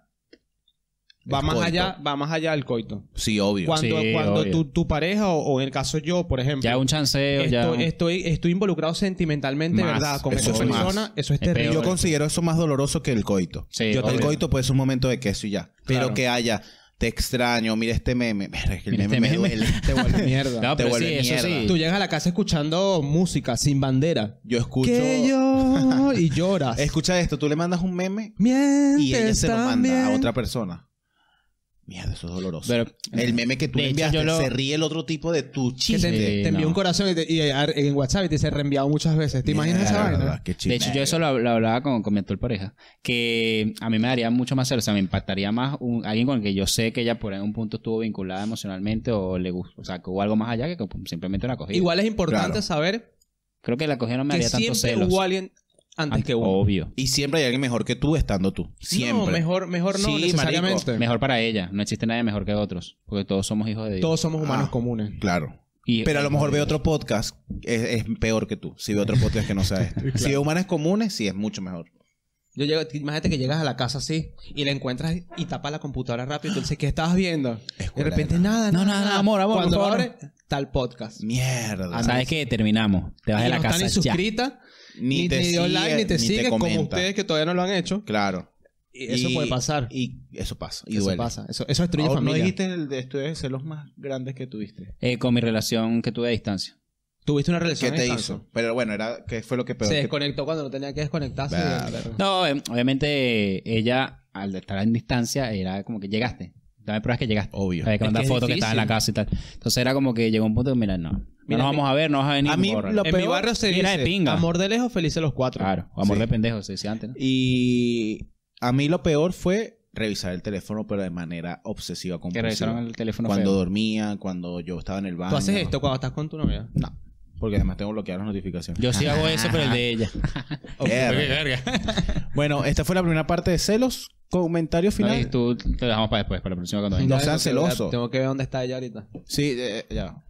Speaker 3: va
Speaker 2: Es
Speaker 3: más
Speaker 2: coito.
Speaker 3: allá, va más allá del coito.
Speaker 2: Sí, obvio.
Speaker 3: Cuando,
Speaker 4: Sí,
Speaker 3: cuando
Speaker 4: obvio.
Speaker 3: tu, tu pareja, o, o en el caso yo, por ejemplo,
Speaker 4: Ya un chanceo, ya.
Speaker 3: estoy, estoy, estoy involucrado sentimentalmente,
Speaker 4: Más.
Speaker 3: ¿verdad? Con
Speaker 2: Eso
Speaker 3: esa
Speaker 2: es más.
Speaker 3: persona, eso es
Speaker 4: Es peor.
Speaker 3: terrible.
Speaker 2: Yo considero eso más doloroso que el coito.
Speaker 4: Sí,
Speaker 2: Yo el
Speaker 4: obvio.
Speaker 2: coito puede ser un momento de queso y ya. Pero
Speaker 3: Claro.
Speaker 2: que haya, te extraño, mira este meme. [LAUGHS] Verga, es que el
Speaker 4: Mira
Speaker 2: meme
Speaker 4: este
Speaker 2: me
Speaker 4: meme.
Speaker 2: duele.
Speaker 3: Te vuelve
Speaker 4: [LAUGHS]
Speaker 3: mierda.
Speaker 4: No,
Speaker 2: te
Speaker 4: pero sí,
Speaker 2: vuelve
Speaker 4: eso
Speaker 2: mierda.
Speaker 4: sí.
Speaker 3: Tú llegas a la casa escuchando música sin bandera.
Speaker 2: Yo escucho...
Speaker 3: Que yo [LAUGHS] y lloras.
Speaker 2: Escucha esto, tú le mandas un meme
Speaker 3: Mientes
Speaker 2: y ella se lo manda a
Speaker 3: también.
Speaker 2: otra persona. Mierda, eso es doloroso.
Speaker 4: Pero-
Speaker 2: el meme que tú
Speaker 4: De
Speaker 2: le
Speaker 4: hecho,
Speaker 2: enviaste
Speaker 4: yo lo-
Speaker 2: se ríe el otro tipo de tu
Speaker 3: Que
Speaker 2: chiste.
Speaker 3: te,
Speaker 4: Sí,
Speaker 3: te envió
Speaker 4: no.
Speaker 3: un corazón y, te- y a- en WhatsApp y te dice reenviado muchas veces. ¿Te imaginas esa
Speaker 2: Mierda,
Speaker 3: vaina?
Speaker 2: qué
Speaker 4: de hecho, yo eso lo, lo hablaba con, con mi actual pareja. Que a mí me daría mucho más celos. O sea, me impactaría más un- alguien con el que yo sé que ella por algún punto estuvo vinculada emocionalmente o le gustó. O sea, que hubo algo más allá que como simplemente una cogida.
Speaker 3: Igual es importante
Speaker 2: Claro.
Speaker 3: saber
Speaker 4: Creo que la cogida no me
Speaker 3: que
Speaker 4: haría tanto
Speaker 3: siempre
Speaker 4: celos.
Speaker 3: hubo alguien antes,
Speaker 4: Antes-
Speaker 3: que uno.
Speaker 4: Obvio.
Speaker 2: Y siempre hay alguien mejor que tú estando tú. Siempre.
Speaker 3: No, mejor, mejor no
Speaker 2: Sí, marico.
Speaker 3: necesariamente.
Speaker 4: Mejor para ella. No existe nadie mejor que otros. Porque todos somos hijos de Dios.
Speaker 3: Todos somos humanos
Speaker 2: Ah.
Speaker 3: comunes.
Speaker 2: Claro.
Speaker 4: Y- eh,
Speaker 2: Pero a lo mejor ve otro podcast, es, es peor que tú. Si ve otro podcast que no sea
Speaker 3: [LAUGHS]
Speaker 2: este. Si ve humanas comunes, sí es mucho mejor.
Speaker 3: Yo llego, imagínate que llegas a la casa así y la encuentras y tapas la computadora rápido. Entonces, ¿qué estabas viendo? De
Speaker 2: Escuela
Speaker 3: repente,
Speaker 2: de
Speaker 3: nada,
Speaker 4: No,
Speaker 3: nada,
Speaker 4: nada, amor, amor,
Speaker 3: Cuando
Speaker 4: por favor.
Speaker 3: abre, tal podcast.
Speaker 2: Mierda.
Speaker 4: Ah, ¿Sabes qué? Terminamos. Te vas
Speaker 3: Y
Speaker 4: de la
Speaker 3: no está
Speaker 4: casa
Speaker 3: ni
Speaker 4: ya.
Speaker 3: suscrita, ni, te
Speaker 2: sigue,
Speaker 3: dio like, ni te sigue, como
Speaker 2: comenta.
Speaker 3: ustedes que todavía no lo han hecho.
Speaker 2: Claro.
Speaker 3: Y eso
Speaker 2: Y-
Speaker 3: puede pasar.
Speaker 2: Y eso pasa. Y
Speaker 3: eso
Speaker 2: duele.
Speaker 3: pasa. Eso, eso destruye
Speaker 2: Ahora,
Speaker 3: familia.
Speaker 2: ¿No dijiste el de estudios de celos más grandes que tuviste?
Speaker 4: Eh, con mi relación que tuve a distancia.
Speaker 3: Tuviste una relación
Speaker 2: ¿Qué te
Speaker 3: a
Speaker 2: hizo?
Speaker 3: distancia?
Speaker 2: Pero bueno, era ¿qué fue lo que peor?
Speaker 3: Se
Speaker 2: que-
Speaker 3: desconectó cuando no tenía que desconectarse.
Speaker 2: Claro.
Speaker 3: Y- claro.
Speaker 4: No, eh, obviamente eh, ella, al estar en distancia, era como que llegaste. Dame pruebas que llegaste.
Speaker 2: Obvio.
Speaker 4: Había que
Speaker 3: Es
Speaker 4: mandar
Speaker 3: que es
Speaker 4: fotos que estaba en la casa y tal. Entonces era como que llegó un punto que, mira, no. No
Speaker 3: Mira,
Speaker 4: nos
Speaker 3: mi-
Speaker 4: vamos a ver, no vas a venir.
Speaker 2: a mí
Speaker 4: bórralo.
Speaker 2: lo
Speaker 3: En mi
Speaker 2: peor-
Speaker 3: barrio se
Speaker 4: Mira de
Speaker 3: dice,
Speaker 4: Eh, pinga.
Speaker 3: amor de lejos, felices los cuatro.
Speaker 4: Claro. O amor
Speaker 2: Sí.
Speaker 4: de pendejo, se decía antes, ¿no?
Speaker 2: Y a mí lo peor fue revisar el teléfono, pero de manera obsesiva.
Speaker 4: Que
Speaker 2: compulsiva.
Speaker 4: revisaron el teléfono
Speaker 2: cuando
Speaker 4: feo.
Speaker 2: dormía, cuando yo estaba en el baño.
Speaker 3: ¿Tú haces esto cuando estás con tu novia?
Speaker 2: No. Porque además tengo bloqueadas las notificaciones. Ah,
Speaker 4: Yo sí hago eso, pero el de ella.
Speaker 2: Verga.
Speaker 4: verga.
Speaker 2: [LAUGHS] Bueno, esta fue la primera parte de celos. Comentario [LAUGHS] final.
Speaker 4: tú te lo dejamos para después, para la próxima cuando venga.
Speaker 2: No
Speaker 3: Ya,
Speaker 2: seas
Speaker 3: tengo que ver-
Speaker 2: celoso.
Speaker 3: Tengo que ver dónde está ella ahorita.
Speaker 2: Sí, eh, ya.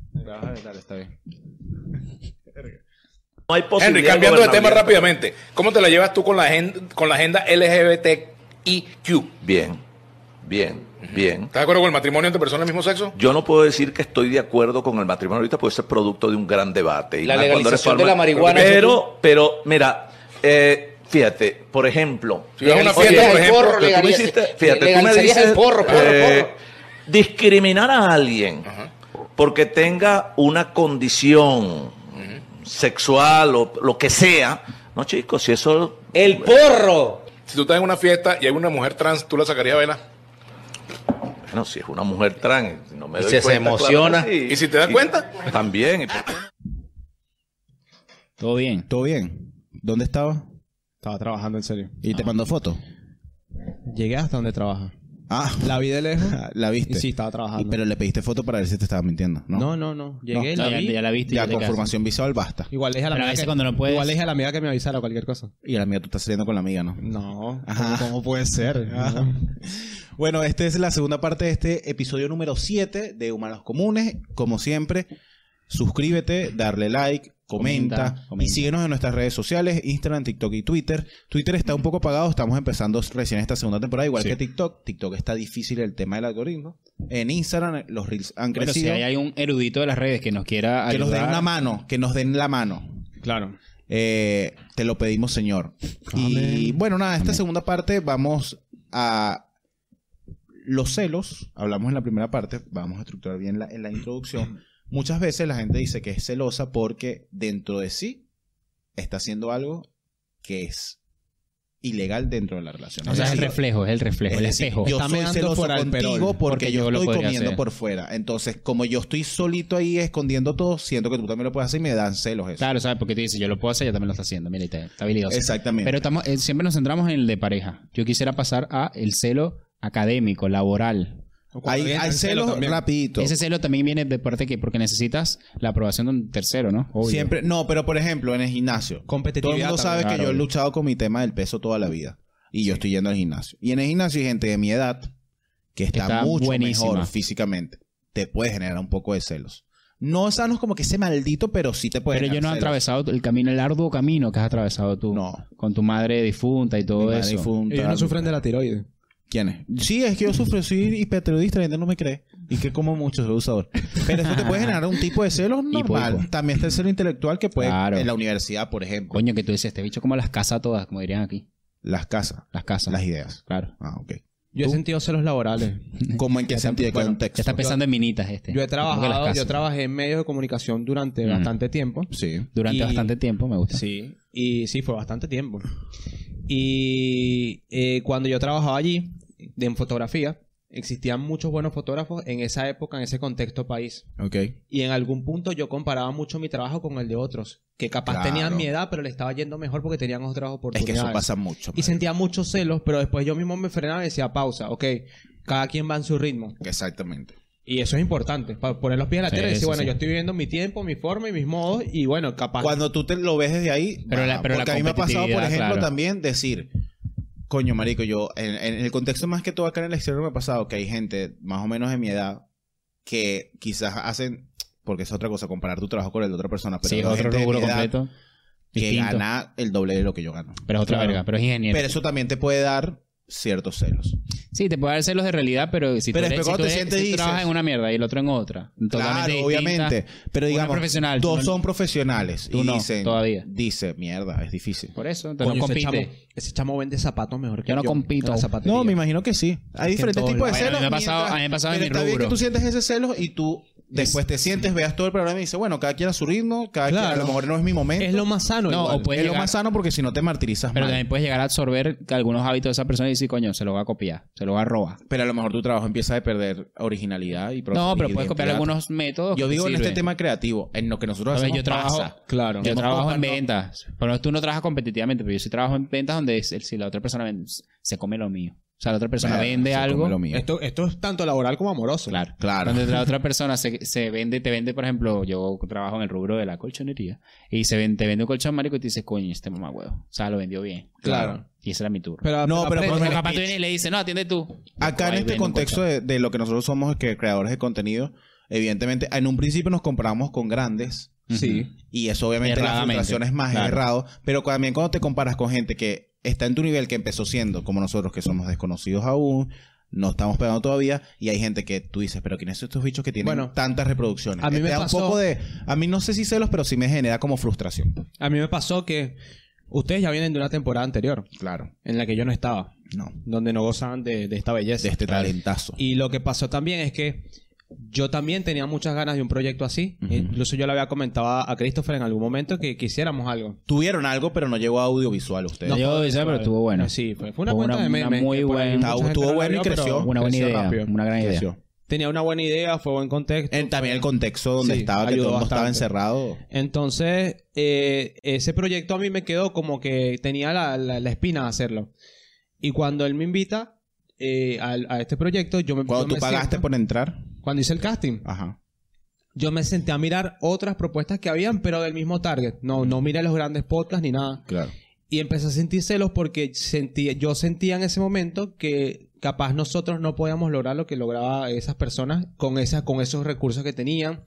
Speaker 2: está bien.
Speaker 5: No hay posibilidad
Speaker 6: Henry, cambiando de tema
Speaker 5: gobernabilidad.
Speaker 6: rápidamente, ¿cómo te la llevas tú con la agenda, con la agenda LGBTIQ?
Speaker 5: Bien, bien, bien.
Speaker 6: ¿Estás de acuerdo con el matrimonio entre personas del mismo sexo?
Speaker 5: Yo no puedo decir que estoy de acuerdo con el matrimonio ahorita, porque eso es producto de un gran debate. Y
Speaker 6: La
Speaker 5: más cuando eres
Speaker 6: legalización de
Speaker 5: forma-
Speaker 6: la marihuana, eso
Speaker 5: Pero, pero, mira, eh, fíjate, por ejemplo.
Speaker 6: Si vas a una
Speaker 5: legalizarías
Speaker 6: fiesta, por
Speaker 5: el
Speaker 6: ejemplo,
Speaker 5: porro,
Speaker 6: que tú me
Speaker 5: legaliz-
Speaker 6: hiciste-
Speaker 5: fíjate, tú me
Speaker 6: legalizarías
Speaker 5: dices,
Speaker 6: el porro, porro,
Speaker 5: eh,
Speaker 6: porro.
Speaker 5: discriminar a alguien porque tenga una condición sexual o lo que sea. No, chicos, si eso.
Speaker 6: El porro. Si tú estás en una fiesta y hay una mujer trans, ¿tú la sacarías a bailar?
Speaker 5: Bueno, si es una mujer trans, no me
Speaker 7: Y
Speaker 5: doy
Speaker 7: si se
Speaker 5: cuenta, claro que
Speaker 7: emociona.
Speaker 5: sí.
Speaker 6: ¿Y si te das cuenta?
Speaker 5: También. ¿y por qué
Speaker 4: Todo bien.
Speaker 2: ¿Todo bien? ¿Dónde estaba?
Speaker 3: Estaba trabajando en serio.
Speaker 2: ¿Y te mandó foto?
Speaker 3: Llegué hasta donde trabaja.
Speaker 2: Ah, [LAUGHS]
Speaker 3: La vi de lejos.
Speaker 2: la
Speaker 3: y
Speaker 2: viste.
Speaker 3: sí, estaba trabajando.
Speaker 2: Y- Este. pero le pediste foto para ver si te estaba mintiendo. No,
Speaker 3: Ah, no, no, no. Llegué,
Speaker 4: No,
Speaker 3: la
Speaker 4: ya,
Speaker 3: vi.
Speaker 4: ya la viste. y
Speaker 2: Ya
Speaker 4: ya te
Speaker 2: con
Speaker 4: quedas.
Speaker 2: formación visual basta.
Speaker 3: Igual le dije a la
Speaker 4: Pero a
Speaker 3: amiga.
Speaker 4: veces
Speaker 3: que-
Speaker 4: cuando no puedes-
Speaker 3: Igual le dije a la amiga que me avisara cualquier cosa.
Speaker 2: Y la mía tú estás saliendo con la amiga, ¿no?
Speaker 3: No.
Speaker 2: Ajá.
Speaker 3: ¿Cómo, cómo puede ser?
Speaker 2: Ah.
Speaker 3: No.
Speaker 2: Bueno, esta es la segunda parte de este episodio número 7 de Humanos Comunes. Como siempre, suscríbete, darle like, comenta,
Speaker 4: Comenta, comenta.
Speaker 2: y síguenos en nuestras redes sociales, Instagram, TikTok y Twitter. Twitter está un poco apagado, estamos empezando recién esta segunda temporada, igual
Speaker 4: Sí.
Speaker 2: que TikTok. TikTok está difícil el tema del algoritmo. En Instagram los reels han
Speaker 4: Bueno, si
Speaker 2: crecido.
Speaker 4: hay un erudito de las redes que nos quiera ayudar.
Speaker 2: que nos den una mano, que nos den la mano.
Speaker 3: Claro.
Speaker 2: Eh, te lo pedimos, Señor. Y
Speaker 3: Amén.
Speaker 2: bueno, nada, esta
Speaker 4: Amén.
Speaker 2: segunda parte vamos a los celos. Hablamos en la primera parte, vamos a estructurar bien la, en la introducción. Muchas veces la gente dice que es celosa porque dentro de sí está haciendo algo que es ilegal dentro de la relación.
Speaker 4: O sea, es el
Speaker 2: decir,
Speaker 4: reflejo, es el reflejo,
Speaker 2: es
Speaker 4: el
Speaker 2: decir,
Speaker 4: espejo.
Speaker 2: Yo
Speaker 3: Está
Speaker 2: soy
Speaker 3: meando
Speaker 2: celoso
Speaker 3: fuera del
Speaker 2: contigo
Speaker 3: perol,
Speaker 2: porque,
Speaker 4: porque
Speaker 2: yo,
Speaker 4: yo lo
Speaker 2: estoy
Speaker 4: podría
Speaker 2: comiendo
Speaker 4: hacer.
Speaker 2: por fuera. Entonces, como yo estoy solito ahí escondiendo todo, siento que tú también lo puedes hacer y me dan celos eso.
Speaker 4: Claro, ¿sabes? Porque tú dices, yo lo puedo hacer, yo también lo está haciendo. Mira, y te- está habilidoso.
Speaker 2: Exactamente.
Speaker 4: Pero estamos, eh, siempre nos centramos en el de pareja. Yo quisiera pasar a el celo académico, laboral.
Speaker 2: hay, hay celos rapidito.
Speaker 4: Ese celo también viene de parte que porque necesitas la aprobación de un tercero, ¿no? Obvio. este
Speaker 2: Siempre, no, pero por ejemplo, en el gimnasio. Todo
Speaker 3: Competitividad.
Speaker 2: el mundo sabe
Speaker 4: también.
Speaker 2: que yo he
Speaker 4: Claro.
Speaker 2: luchado con mi tema del peso toda la vida. Y yo estoy yendo al gimnasio. Y en el gimnasio hay gente de mi edad que está,
Speaker 4: Está
Speaker 2: mucho
Speaker 4: buenísima.
Speaker 2: mejor físicamente. Te puede generar un poco de celos. No sanos como que ese maldito, pero sí te puede
Speaker 4: Pero yo no he
Speaker 2: generar celos.
Speaker 4: atravesado el camino, el arduo camino que has atravesado tú.
Speaker 2: No.
Speaker 4: Con tu madre difunta y todo
Speaker 2: Mi madre
Speaker 4: eso.
Speaker 2: fue un
Speaker 3: Ellos
Speaker 2: tal-
Speaker 3: no sufren de la tiroides.
Speaker 2: ¿Quién es? Sí, es que yo sufro, soy hipertiroidista, la gente no me cree. Y que como mucho, soy abusador. Pero eso te
Speaker 4: [LAUGHS]
Speaker 2: puede generar un tipo de celos normal.
Speaker 4: hipo.
Speaker 2: También está el celo intelectual que puede
Speaker 4: Claro.
Speaker 2: en la universidad, por ejemplo.
Speaker 4: Coño, que tú dices, este bicho como las casas todas, como dirían aquí.
Speaker 2: Las casas,
Speaker 4: Las casas.
Speaker 2: las ideas.
Speaker 4: Claro.
Speaker 2: Ah,
Speaker 4: [LAUGHS]
Speaker 2: ok.
Speaker 3: Yo he sentido celos laborales.
Speaker 2: ¿Cómo en qué sentido? ¿Qué
Speaker 3: bueno,
Speaker 4: Ya
Speaker 2: contexto?
Speaker 4: está pensando en minitas este.
Speaker 3: Yo he
Speaker 4: Como que las
Speaker 3: trabajado,
Speaker 4: casas.
Speaker 3: yo trabajé en medios de comunicación durante
Speaker 4: Ujú.
Speaker 3: bastante tiempo.
Speaker 2: Sí.
Speaker 4: Durante
Speaker 3: y-
Speaker 4: bastante tiempo, me gusta.
Speaker 3: Sí, y sí, fue bastante tiempo. Y eh, cuando yo trabajaba allí, de- en fotografía, existían muchos buenos fotógrafos en esa época, en ese contexto país.
Speaker 2: Ok.
Speaker 3: Y en algún punto yo comparaba mucho mi trabajo con el de otros, que capaz
Speaker 2: Claro.
Speaker 3: tenían mi edad, pero le estaba yendo mejor porque tenían otras
Speaker 2: Es que
Speaker 3: oportunidades.
Speaker 2: eso pasa mucho.
Speaker 3: Y
Speaker 2: marico.
Speaker 3: sentía muchos celos, pero después yo mismo me frenaba y decía, pausa, ok, cada quien va en su ritmo.
Speaker 2: Exactamente.
Speaker 3: Y eso es importante, para poner los pies en la
Speaker 4: Sí,
Speaker 3: tierra y decir,
Speaker 4: sí,
Speaker 3: bueno,
Speaker 4: sí.
Speaker 3: yo estoy viviendo mi tiempo, mi forma y mis modos, y bueno, capaz...
Speaker 2: Cuando tú te lo ves desde ahí,
Speaker 4: Pero
Speaker 2: baja.
Speaker 4: la- pero la
Speaker 2: porque a mí me ha pasado, por
Speaker 4: competitividad,
Speaker 2: ejemplo,
Speaker 4: claro.
Speaker 2: también decir, coño, marico, yo, en, en el contexto más que todo acá en el exterior me ha pasado que hay gente más o menos de mi edad que quizás hacen, porque es otra cosa, comparar tu trabajo con el de otra persona, pero
Speaker 4: Sí, es
Speaker 2: hay
Speaker 4: otro
Speaker 2: gente de mi
Speaker 4: rubro
Speaker 2: edad
Speaker 4: completo.
Speaker 2: que
Speaker 4: Distinto.
Speaker 2: gana el doble de lo que yo gano.
Speaker 4: Pero es otra
Speaker 3: Claro.
Speaker 4: verga, pero es ingeniero.
Speaker 2: Pero eso también te puede dar ciertos celos.
Speaker 4: sí, te puede dar celos de realidad, pero si
Speaker 2: Pero
Speaker 4: tú,
Speaker 2: después
Speaker 4: eres, si tú,
Speaker 2: cuando te
Speaker 4: eres-
Speaker 2: sientes
Speaker 4: si tú
Speaker 2: dices-
Speaker 4: trabajas en una mierda y el otro en otra. totalmente
Speaker 2: Claro,
Speaker 4: distinta,
Speaker 2: obviamente. Pero
Speaker 4: Una
Speaker 2: digamos,
Speaker 4: profesional,
Speaker 2: todos
Speaker 4: tú no-
Speaker 2: son profesionales.
Speaker 4: tú
Speaker 2: y
Speaker 4: no,
Speaker 2: dicen,
Speaker 4: todavía.
Speaker 2: Dice, mierda, es difícil.
Speaker 4: Por eso, entonces
Speaker 3: Coño,
Speaker 4: no
Speaker 3: ese
Speaker 4: compite.
Speaker 3: chamo- Ese chamo vende zapatos mejor que
Speaker 4: Yo no compito.
Speaker 3: en la zapatería.
Speaker 2: No, me imagino que sí. Hay diferentes
Speaker 3: todo
Speaker 2: tipos de
Speaker 4: lo-
Speaker 2: celos.
Speaker 4: Bueno, a mí me ha pasado-
Speaker 2: mientras-
Speaker 4: a mí me ha pasado en
Speaker 2: pero
Speaker 4: mi
Speaker 2: está bien que
Speaker 4: rubro.
Speaker 2: tú sientes ese celos y tú después te sientes, veas todo el programa y dices, bueno, cada quien a su ritmo, cada quien a
Speaker 3: Claro.
Speaker 2: lo mejor no es mi momento.
Speaker 3: Es lo más sano.
Speaker 4: No,
Speaker 3: igual.
Speaker 4: o puede-
Speaker 2: Es lo
Speaker 4: llegar-
Speaker 2: más sano porque si no te martirizas
Speaker 4: Pero
Speaker 2: mal.
Speaker 4: también puedes llegar a absorber algunos hábitos de esa persona y decir, coño, se lo va a copiar, se lo va a robar.
Speaker 2: Pero a lo mejor tu trabajo empieza a perder originalidad y pro-
Speaker 4: No, pero
Speaker 2: y
Speaker 4: puedes copiar
Speaker 2: identidad.
Speaker 4: algunos métodos.
Speaker 2: Yo
Speaker 4: que te
Speaker 2: digo en
Speaker 4: sirven.
Speaker 2: este tema creativo, en lo que nosotros
Speaker 4: A ver,
Speaker 2: hacemos
Speaker 4: yo trabajo,
Speaker 2: pasa.
Speaker 3: Claro.
Speaker 4: yo
Speaker 2: Hemos
Speaker 4: trabajo en
Speaker 2: compartido-
Speaker 4: ventas. Pero tú no trabajas competitivamente, pero yo sí trabajo en ventas donde es- el- si la otra persona vende, se come lo mío. O sea, la otra persona
Speaker 2: Claro,
Speaker 4: vende
Speaker 2: se come
Speaker 4: algo.
Speaker 2: lo mío.
Speaker 3: Esto, esto es tanto laboral como amoroso.
Speaker 4: Claro.
Speaker 2: Claro.
Speaker 4: Donde la
Speaker 2: [LAUGHS]
Speaker 4: otra persona se, se vende, te vende, por ejemplo, yo trabajo en el rubro de la colchonería y se ven- te vende un colchón, marico, y te dice, coño, este mamá huevo. O sea, lo vendió bien.
Speaker 3: Claro.
Speaker 4: Y ese era mi turno.
Speaker 3: Pero,
Speaker 2: No, pero
Speaker 3: aprende-
Speaker 2: por
Speaker 4: Pero
Speaker 2: lo menos-
Speaker 4: capaz tú vienes y le dices, no, atiende tú.
Speaker 2: Acá en
Speaker 4: Ahí
Speaker 2: este
Speaker 4: vende un
Speaker 2: contexto
Speaker 4: colchón.
Speaker 3: pues.
Speaker 2: de, de lo que nosotros somos que creadores de contenido, evidentemente, en un principio nos comparamos con grandes
Speaker 3: Sí.
Speaker 2: y eso obviamente la
Speaker 4: Erradamente,
Speaker 2: frustración es más
Speaker 4: claro.
Speaker 2: errado, pero también cuando te comparas con gente que está en tu nivel, que empezó siendo como nosotros, que somos desconocidos aún, no estamos pegando todavía y hay gente que tú dices, pero ¿quiénes son estos bichos que tienen
Speaker 3: Bueno,
Speaker 2: tantas reproducciones?
Speaker 3: a mí
Speaker 2: Te
Speaker 3: me
Speaker 2: da
Speaker 3: pasó-
Speaker 2: un poco de a mí no sé si celos, pero sí me genera como frustración.
Speaker 3: A mí me pasó que ustedes ya vienen de una temporada anterior
Speaker 2: Claro,
Speaker 3: en la que yo no estaba,
Speaker 2: no,
Speaker 3: donde no gozaban de, de esta belleza.
Speaker 2: de este talentazo.
Speaker 3: Y lo que pasó también es que yo también tenía muchas ganas de un proyecto así. Incluso yo le había comentado a a Christopher en algún momento que quisiéramos algo.
Speaker 2: Tuvieron algo, pero no llegó a audiovisual ustedes.
Speaker 4: No, yo
Speaker 3: fue-
Speaker 4: hice, pero estuvo bueno.
Speaker 3: Sí, fue, fue una
Speaker 4: Fue
Speaker 3: cuenta
Speaker 4: una-
Speaker 3: de
Speaker 4: una
Speaker 3: memes.
Speaker 4: muy
Speaker 3: que por ahí
Speaker 4: buena-
Speaker 2: Estuvo-
Speaker 3: mucha gente
Speaker 2: estuvo
Speaker 3: no la
Speaker 2: bueno y
Speaker 3: vio, pero
Speaker 2: creció.
Speaker 4: Una buena
Speaker 3: creció
Speaker 4: idea.
Speaker 3: rápido.
Speaker 4: Una gran idea.
Speaker 2: Creció.
Speaker 3: Tenía una buena idea, fue buen contexto.
Speaker 2: En- también el contexto donde
Speaker 3: Sí,
Speaker 2: estaba, que
Speaker 3: ayudó
Speaker 2: todo el mundo estaba
Speaker 3: bastante.
Speaker 2: encerrado.
Speaker 3: Entonces, eh, ese proyecto a mí me quedó como que tenía la, la- la espina de hacerlo. Y cuando él me invita eh, al- a, este proyecto, yo me
Speaker 2: Cuando
Speaker 3: yo
Speaker 2: tú
Speaker 3: me
Speaker 2: pagaste
Speaker 3: siento-
Speaker 2: por entrar,
Speaker 3: Cuando hice el casting,
Speaker 2: ajá.
Speaker 3: yo me senté a mirar otras propuestas que habían, pero del mismo target. No, no miré los grandes podcasts ni nada.
Speaker 2: Claro.
Speaker 3: Y empecé a sentir celos porque sentí, yo sentía en ese momento que capaz nosotros no podíamos lograr lo que lograba esas personas con, esas, con esos recursos que tenían.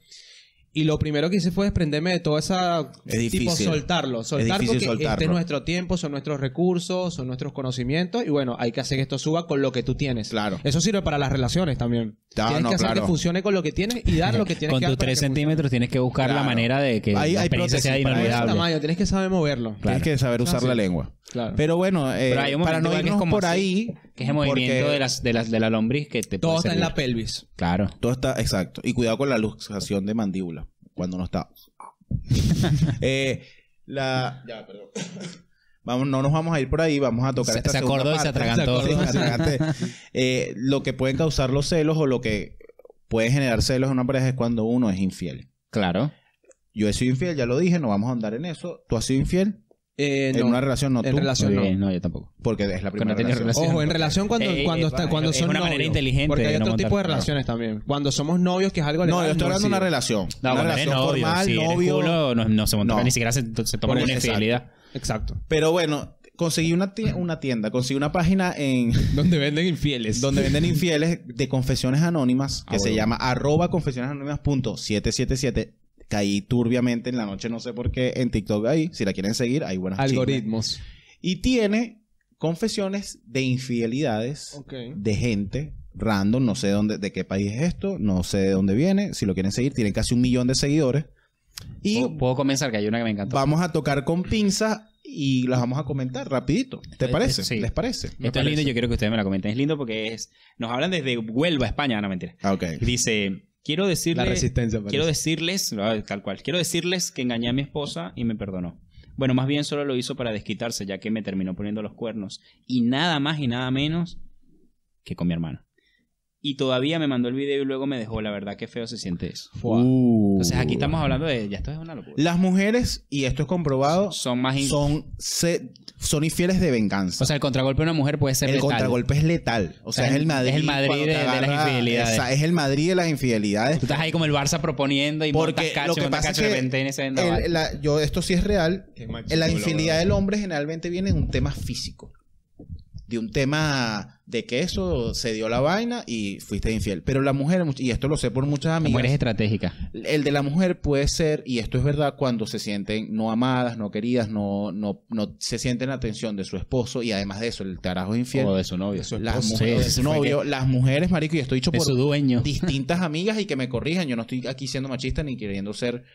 Speaker 3: Y lo primero que hice fue desprenderme de toda esa...
Speaker 2: Es
Speaker 3: Tipo,
Speaker 2: difícil.
Speaker 3: soltarlo. Soltar
Speaker 2: difícil
Speaker 3: porque este es
Speaker 2: soltarlo.
Speaker 3: nuestro tiempo, son nuestros recursos, son nuestros conocimientos. Y bueno, hay que hacer que esto suba con lo que tú tienes.
Speaker 2: Claro.
Speaker 3: Eso sirve para las relaciones también.
Speaker 2: Ah,
Speaker 3: tienes
Speaker 2: no,
Speaker 3: que hacer
Speaker 2: claro.
Speaker 3: que funcione con lo que tienes y dar
Speaker 2: [LAUGHS]
Speaker 3: lo que tienes
Speaker 4: Con
Speaker 3: que
Speaker 4: tus
Speaker 3: dar para
Speaker 4: 3
Speaker 3: que funcione.
Speaker 4: centímetros tienes que buscar la
Speaker 2: Claro.
Speaker 4: manera de que
Speaker 2: Hay-
Speaker 4: la
Speaker 2: hay
Speaker 4: experiencia
Speaker 2: prótesis
Speaker 4: sea
Speaker 2: para
Speaker 3: Para ese
Speaker 4: inolvidable.
Speaker 3: tamaño, tienes que saber moverlo.
Speaker 2: Tienes que saber usar
Speaker 3: Ah, sí.
Speaker 2: la lengua.
Speaker 3: Claro.
Speaker 2: Pero bueno, eh,
Speaker 4: Pero hay un
Speaker 2: para
Speaker 4: momento
Speaker 2: no
Speaker 4: igual que es
Speaker 2: irnos
Speaker 4: como
Speaker 2: por
Speaker 4: así,
Speaker 2: ahí.
Speaker 4: Que es el movimiento
Speaker 2: porque
Speaker 4: de, las, de, las, de la lombriz que te
Speaker 3: Todo
Speaker 4: puede
Speaker 3: está en la
Speaker 4: servir.
Speaker 3: pelvis.
Speaker 4: Claro.
Speaker 2: Todo está exacto. Y cuidado con la luxación de mandíbula cuando no
Speaker 4: [LAUGHS]
Speaker 2: está. Eh, la. Ya, perdón. [LAUGHS] Vamos, no nos vamos a ir por ahí, vamos a tocar
Speaker 4: Se-
Speaker 2: esta
Speaker 4: se
Speaker 2: segunda
Speaker 4: acordó y se
Speaker 2: parte.
Speaker 4: atragantó.
Speaker 2: Se
Speaker 4: [LAUGHS]
Speaker 2: acordó y se atraganté. Eh, lo que pueden causar los celos o lo que puede generar celos en una pareja es cuando uno es infiel.
Speaker 4: Claro.
Speaker 2: Yo he sido infiel, ya lo dije, no vamos a andar en eso. ¿Tú has sido infiel?
Speaker 3: Eh,
Speaker 2: en
Speaker 3: no.
Speaker 2: una relación no
Speaker 3: en
Speaker 2: tú,
Speaker 3: relación
Speaker 4: Muy
Speaker 3: no.
Speaker 4: bien, no, yo tampoco.
Speaker 2: porque es la
Speaker 4: Porque no
Speaker 2: primera
Speaker 4: he tenido
Speaker 2: relación.
Speaker 4: relación.
Speaker 3: Ojo, en relación cuando,
Speaker 4: Eh,
Speaker 3: cuando,
Speaker 4: eh,
Speaker 3: está-
Speaker 4: va,
Speaker 3: cuando
Speaker 4: es
Speaker 3: son
Speaker 4: una manera
Speaker 3: novios.
Speaker 4: inteligente
Speaker 3: Porque hay
Speaker 4: de no
Speaker 3: otro tipo de
Speaker 4: montar-
Speaker 3: relaciones también. Cuando somos novios, que es algo
Speaker 2: No,
Speaker 3: legal,
Speaker 2: yo estoy hablando de una
Speaker 3: sirve.
Speaker 2: relación.
Speaker 4: Ah, No,
Speaker 2: una
Speaker 4: cuando eres
Speaker 2: relación
Speaker 4: novio,
Speaker 2: formal,
Speaker 4: si eres
Speaker 2: novio.
Speaker 4: culo, no, no se monta,
Speaker 2: No.
Speaker 4: ni siquiera se, se toma
Speaker 2: Por
Speaker 4: una
Speaker 2: eso,
Speaker 4: infidelidad.
Speaker 3: Exacto.
Speaker 2: Pero bueno, conseguí una tienda, una tienda, conseguí una página
Speaker 4: [LAUGHS]
Speaker 2: en
Speaker 3: Donde venden infieles.
Speaker 2: donde venden infieles de confesiones anónimas que
Speaker 4: Ah,
Speaker 2: se
Speaker 4: bueno.
Speaker 2: llama arroba confesionesanónimas.777. Caí turbiamente en la noche, no sé por qué, en TikTok ahí. Si la quieren seguir, hay buenas chismes.
Speaker 3: Algoritmos.
Speaker 2: Y tiene confesiones de infidelidades
Speaker 3: Ok.
Speaker 2: de gente random. No sé dónde, de qué país es esto, no sé de dónde viene. Si lo quieren seguir, tienen casi un millón de seguidores. Y
Speaker 4: ¿Puedo, puedo comenzar que hay una que me encantó.
Speaker 2: vamos a tocar con pinzas y las vamos a comentar rapidito. ¿Te
Speaker 4: Eh,
Speaker 2: parece?
Speaker 4: sí.
Speaker 2: ¿Les parece?
Speaker 4: Esto es lindo, yo quiero que ustedes me la comenten. Es lindo porque es. Nos hablan desde Huelva, España, no mentira.
Speaker 2: Ah, ok.
Speaker 4: Y Dice, quiero decirle.
Speaker 3: La resistencia. parece.
Speaker 4: Quiero decirles, ah, tal cual, quiero decirles que engañé a mi esposa y me perdonó. Bueno, más bien solo lo hizo para desquitarse, ya que me terminó poniendo los cuernos. Y nada más y nada menos que con mi hermano. Y todavía me mandó el video y luego me dejó. La verdad que feo se siente eso.
Speaker 2: Uh.
Speaker 4: Entonces aquí estamos hablando de, ya esto es una locura.
Speaker 2: Las mujeres, y esto es comprobado,
Speaker 4: Son más... in-
Speaker 2: son, se- son infieles de venganza.
Speaker 4: o sea, el contragolpe de una mujer puede ser
Speaker 2: el
Speaker 4: letal.
Speaker 2: contragolpe es letal. O sea,
Speaker 4: O sea,
Speaker 2: es el
Speaker 4: es
Speaker 2: Madrid.
Speaker 4: el Madrid
Speaker 2: cuando
Speaker 4: de-
Speaker 2: te
Speaker 4: de las infidelidades.
Speaker 2: Esa- es el Madrid de las infidelidades.
Speaker 4: Tú estás ahí como el Barça proponiendo y
Speaker 2: Porque
Speaker 4: montas cacho,
Speaker 2: lo que
Speaker 4: montas
Speaker 2: pasa es
Speaker 4: cacho, de repente en ese
Speaker 2: que
Speaker 4: vendaval.
Speaker 2: el- la- yo, esto sí es real.
Speaker 3: Qué machismo,
Speaker 2: La
Speaker 3: la
Speaker 2: infidelidad
Speaker 3: verdad.
Speaker 2: del hombre generalmente viene de un tema físico. De un tema de que eso se dio la vaina y fuiste infiel. Pero la mujer, y esto lo sé por muchas
Speaker 4: La mujer es
Speaker 2: amigas,
Speaker 4: estratégica.
Speaker 2: el de la mujer puede ser, y esto es verdad, cuando se sienten no amadas, no queridas, no, no, no se sienten la atención de su esposo y además de eso, el carajo es infiel.
Speaker 4: O de su novio.
Speaker 2: las
Speaker 4: Sí,
Speaker 2: mujeres, de
Speaker 4: sí,
Speaker 2: su
Speaker 4: fue
Speaker 2: novio, las mujeres, marico, y estoy dicho
Speaker 4: que- De
Speaker 2: por
Speaker 4: su dueño.
Speaker 2: distintas amigas y que me corrijan. Yo no estoy aquí siendo machista ni queriendo ser.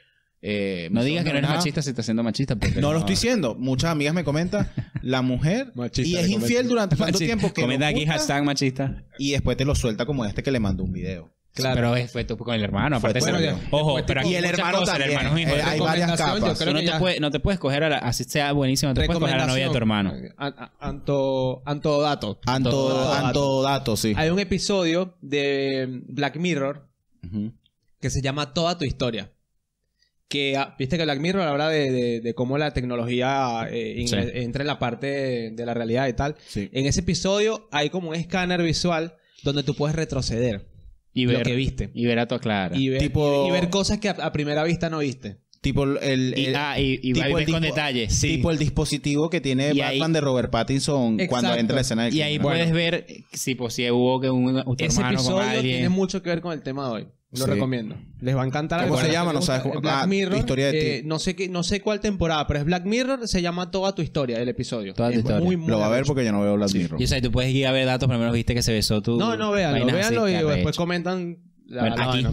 Speaker 2: eh,
Speaker 4: No digas que no eres
Speaker 2: nada.
Speaker 4: machista si estás siendo machista. porque
Speaker 2: No lo estoy diciendo. Muchas amigas me comentan la [LAUGHS] mujer
Speaker 3: Machista,
Speaker 2: y es
Speaker 3: le comento.
Speaker 2: infiel durante tanto
Speaker 4: Machi-
Speaker 2: tiempo que
Speaker 4: Comenta
Speaker 2: lo
Speaker 4: aquí
Speaker 2: oculta
Speaker 4: hashtag machista.
Speaker 2: y después te lo suelta como este que le mandó un video.
Speaker 3: Claro.
Speaker 4: Pero es- fue tú con el hermano.
Speaker 2: Fue
Speaker 4: Aparte,
Speaker 2: tú.
Speaker 4: ese-
Speaker 2: Bueno,
Speaker 4: ojo,
Speaker 3: después
Speaker 4: pero
Speaker 3: te-
Speaker 4: aquí
Speaker 2: y el
Speaker 4: muchas
Speaker 2: hermano
Speaker 4: cosas,
Speaker 2: también.
Speaker 4: El hermano es hijo
Speaker 2: Eh,
Speaker 4: de-
Speaker 2: hay varias
Speaker 3: Recomendación,
Speaker 2: capas.
Speaker 3: yo
Speaker 4: Tú
Speaker 3: creo
Speaker 4: no
Speaker 3: que
Speaker 4: te,
Speaker 3: ya-
Speaker 4: puedes, no te puedes coger a la... Así sea buenísimo, no te puedes coger a la novia de tu hermano.
Speaker 3: A- a- Anto, antodato.
Speaker 2: Anto, anto dato, sí.
Speaker 3: Hay un episodio de Black Mirror que se llama Toda tu historia. Que ah, viste que Black Mirror habla de, de- de cómo la tecnología eh,
Speaker 4: Sí.
Speaker 3: ingre- entra en la parte de, de la realidad y tal.
Speaker 2: Sí.
Speaker 4: Eh,
Speaker 3: En ese episodio hay como un escáner visual donde tú puedes retroceder
Speaker 4: Y
Speaker 3: lo
Speaker 4: ver,
Speaker 3: que viste
Speaker 4: y ver a tu clara.
Speaker 3: y ver,
Speaker 2: Tipo-
Speaker 3: y ver cosas que a, a primera vista no viste.
Speaker 2: Tipo el, el-
Speaker 4: Y- ah, y, y
Speaker 2: tipo
Speaker 4: ahí
Speaker 2: el
Speaker 4: ves con
Speaker 2: dispo-
Speaker 4: detalle.
Speaker 2: tipo el dispositivo que tiene
Speaker 4: Y ahí-
Speaker 2: Batman de Robert Pattinson cuando
Speaker 3: Exacto.
Speaker 2: entra la escena del
Speaker 4: Y ahí
Speaker 2: crimen.
Speaker 4: puedes ver si, pues, si hubo que un, tu
Speaker 3: Ese
Speaker 4: hermano con
Speaker 3: episodio tiene
Speaker 4: alguien.
Speaker 3: mucho que ver con el tema de hoy. Lo
Speaker 2: Sí.
Speaker 3: recomiendo. Les va a encantar.
Speaker 2: ¿Cómo
Speaker 3: Bueno,
Speaker 2: se llama?
Speaker 3: me
Speaker 2: No sabes
Speaker 3: gusta.
Speaker 2: cómo-
Speaker 3: Black
Speaker 2: Ah,
Speaker 3: Mirror.
Speaker 2: Historia de
Speaker 3: eh,
Speaker 2: ti.
Speaker 3: no, sé qué, no sé cuál temporada, pero es Black Mirror. Se llama Toda tu historia, el episodio.
Speaker 4: Toda tu
Speaker 3: Es
Speaker 4: historia.
Speaker 3: muy, muy
Speaker 2: Lo va a ver
Speaker 3: arrecho.
Speaker 2: porque yo no veo Black Mirror.
Speaker 4: Y o sea, tú puedes ir a ver datos, pero al menos viste que se besó tu...
Speaker 3: No, no, véanlo.
Speaker 4: vainas así,
Speaker 3: Véanlo y
Speaker 4: qué arrecho.
Speaker 3: después comentan. La,
Speaker 4: Bueno,
Speaker 3: la
Speaker 4: aquí.
Speaker 3: vaina.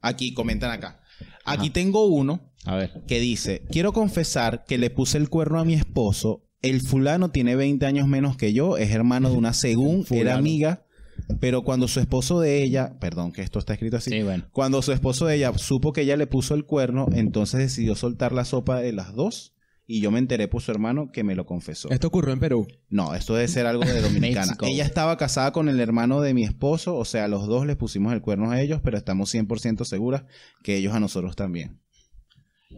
Speaker 2: Aquí, comentan acá. Aquí tengo uno
Speaker 4: A ver.
Speaker 2: que dice, quiero confesar que le puse el cuerno a mi esposo. El fulano tiene 20 años menos que yo, es hermano de una
Speaker 4: [LAUGHS]
Speaker 2: según, era
Speaker 4: Fulano.
Speaker 2: amiga, pero cuando su esposo de ella, perdón que esto está escrito así,
Speaker 4: Sí, bueno.
Speaker 2: cuando su esposo de ella supo que ella le puso el cuerno, entonces decidió soltar la sopa de las dos y yo me enteré por su hermano que me lo confesó.
Speaker 3: Esto ocurrió en Perú.
Speaker 2: No, esto debe ser algo de dominicana.
Speaker 4: México.
Speaker 2: Ella estaba casada con el hermano de mi esposo, o sea, los dos les pusimos el cuerno a ellos, pero estamos 100% seguras que ellos a nosotros también.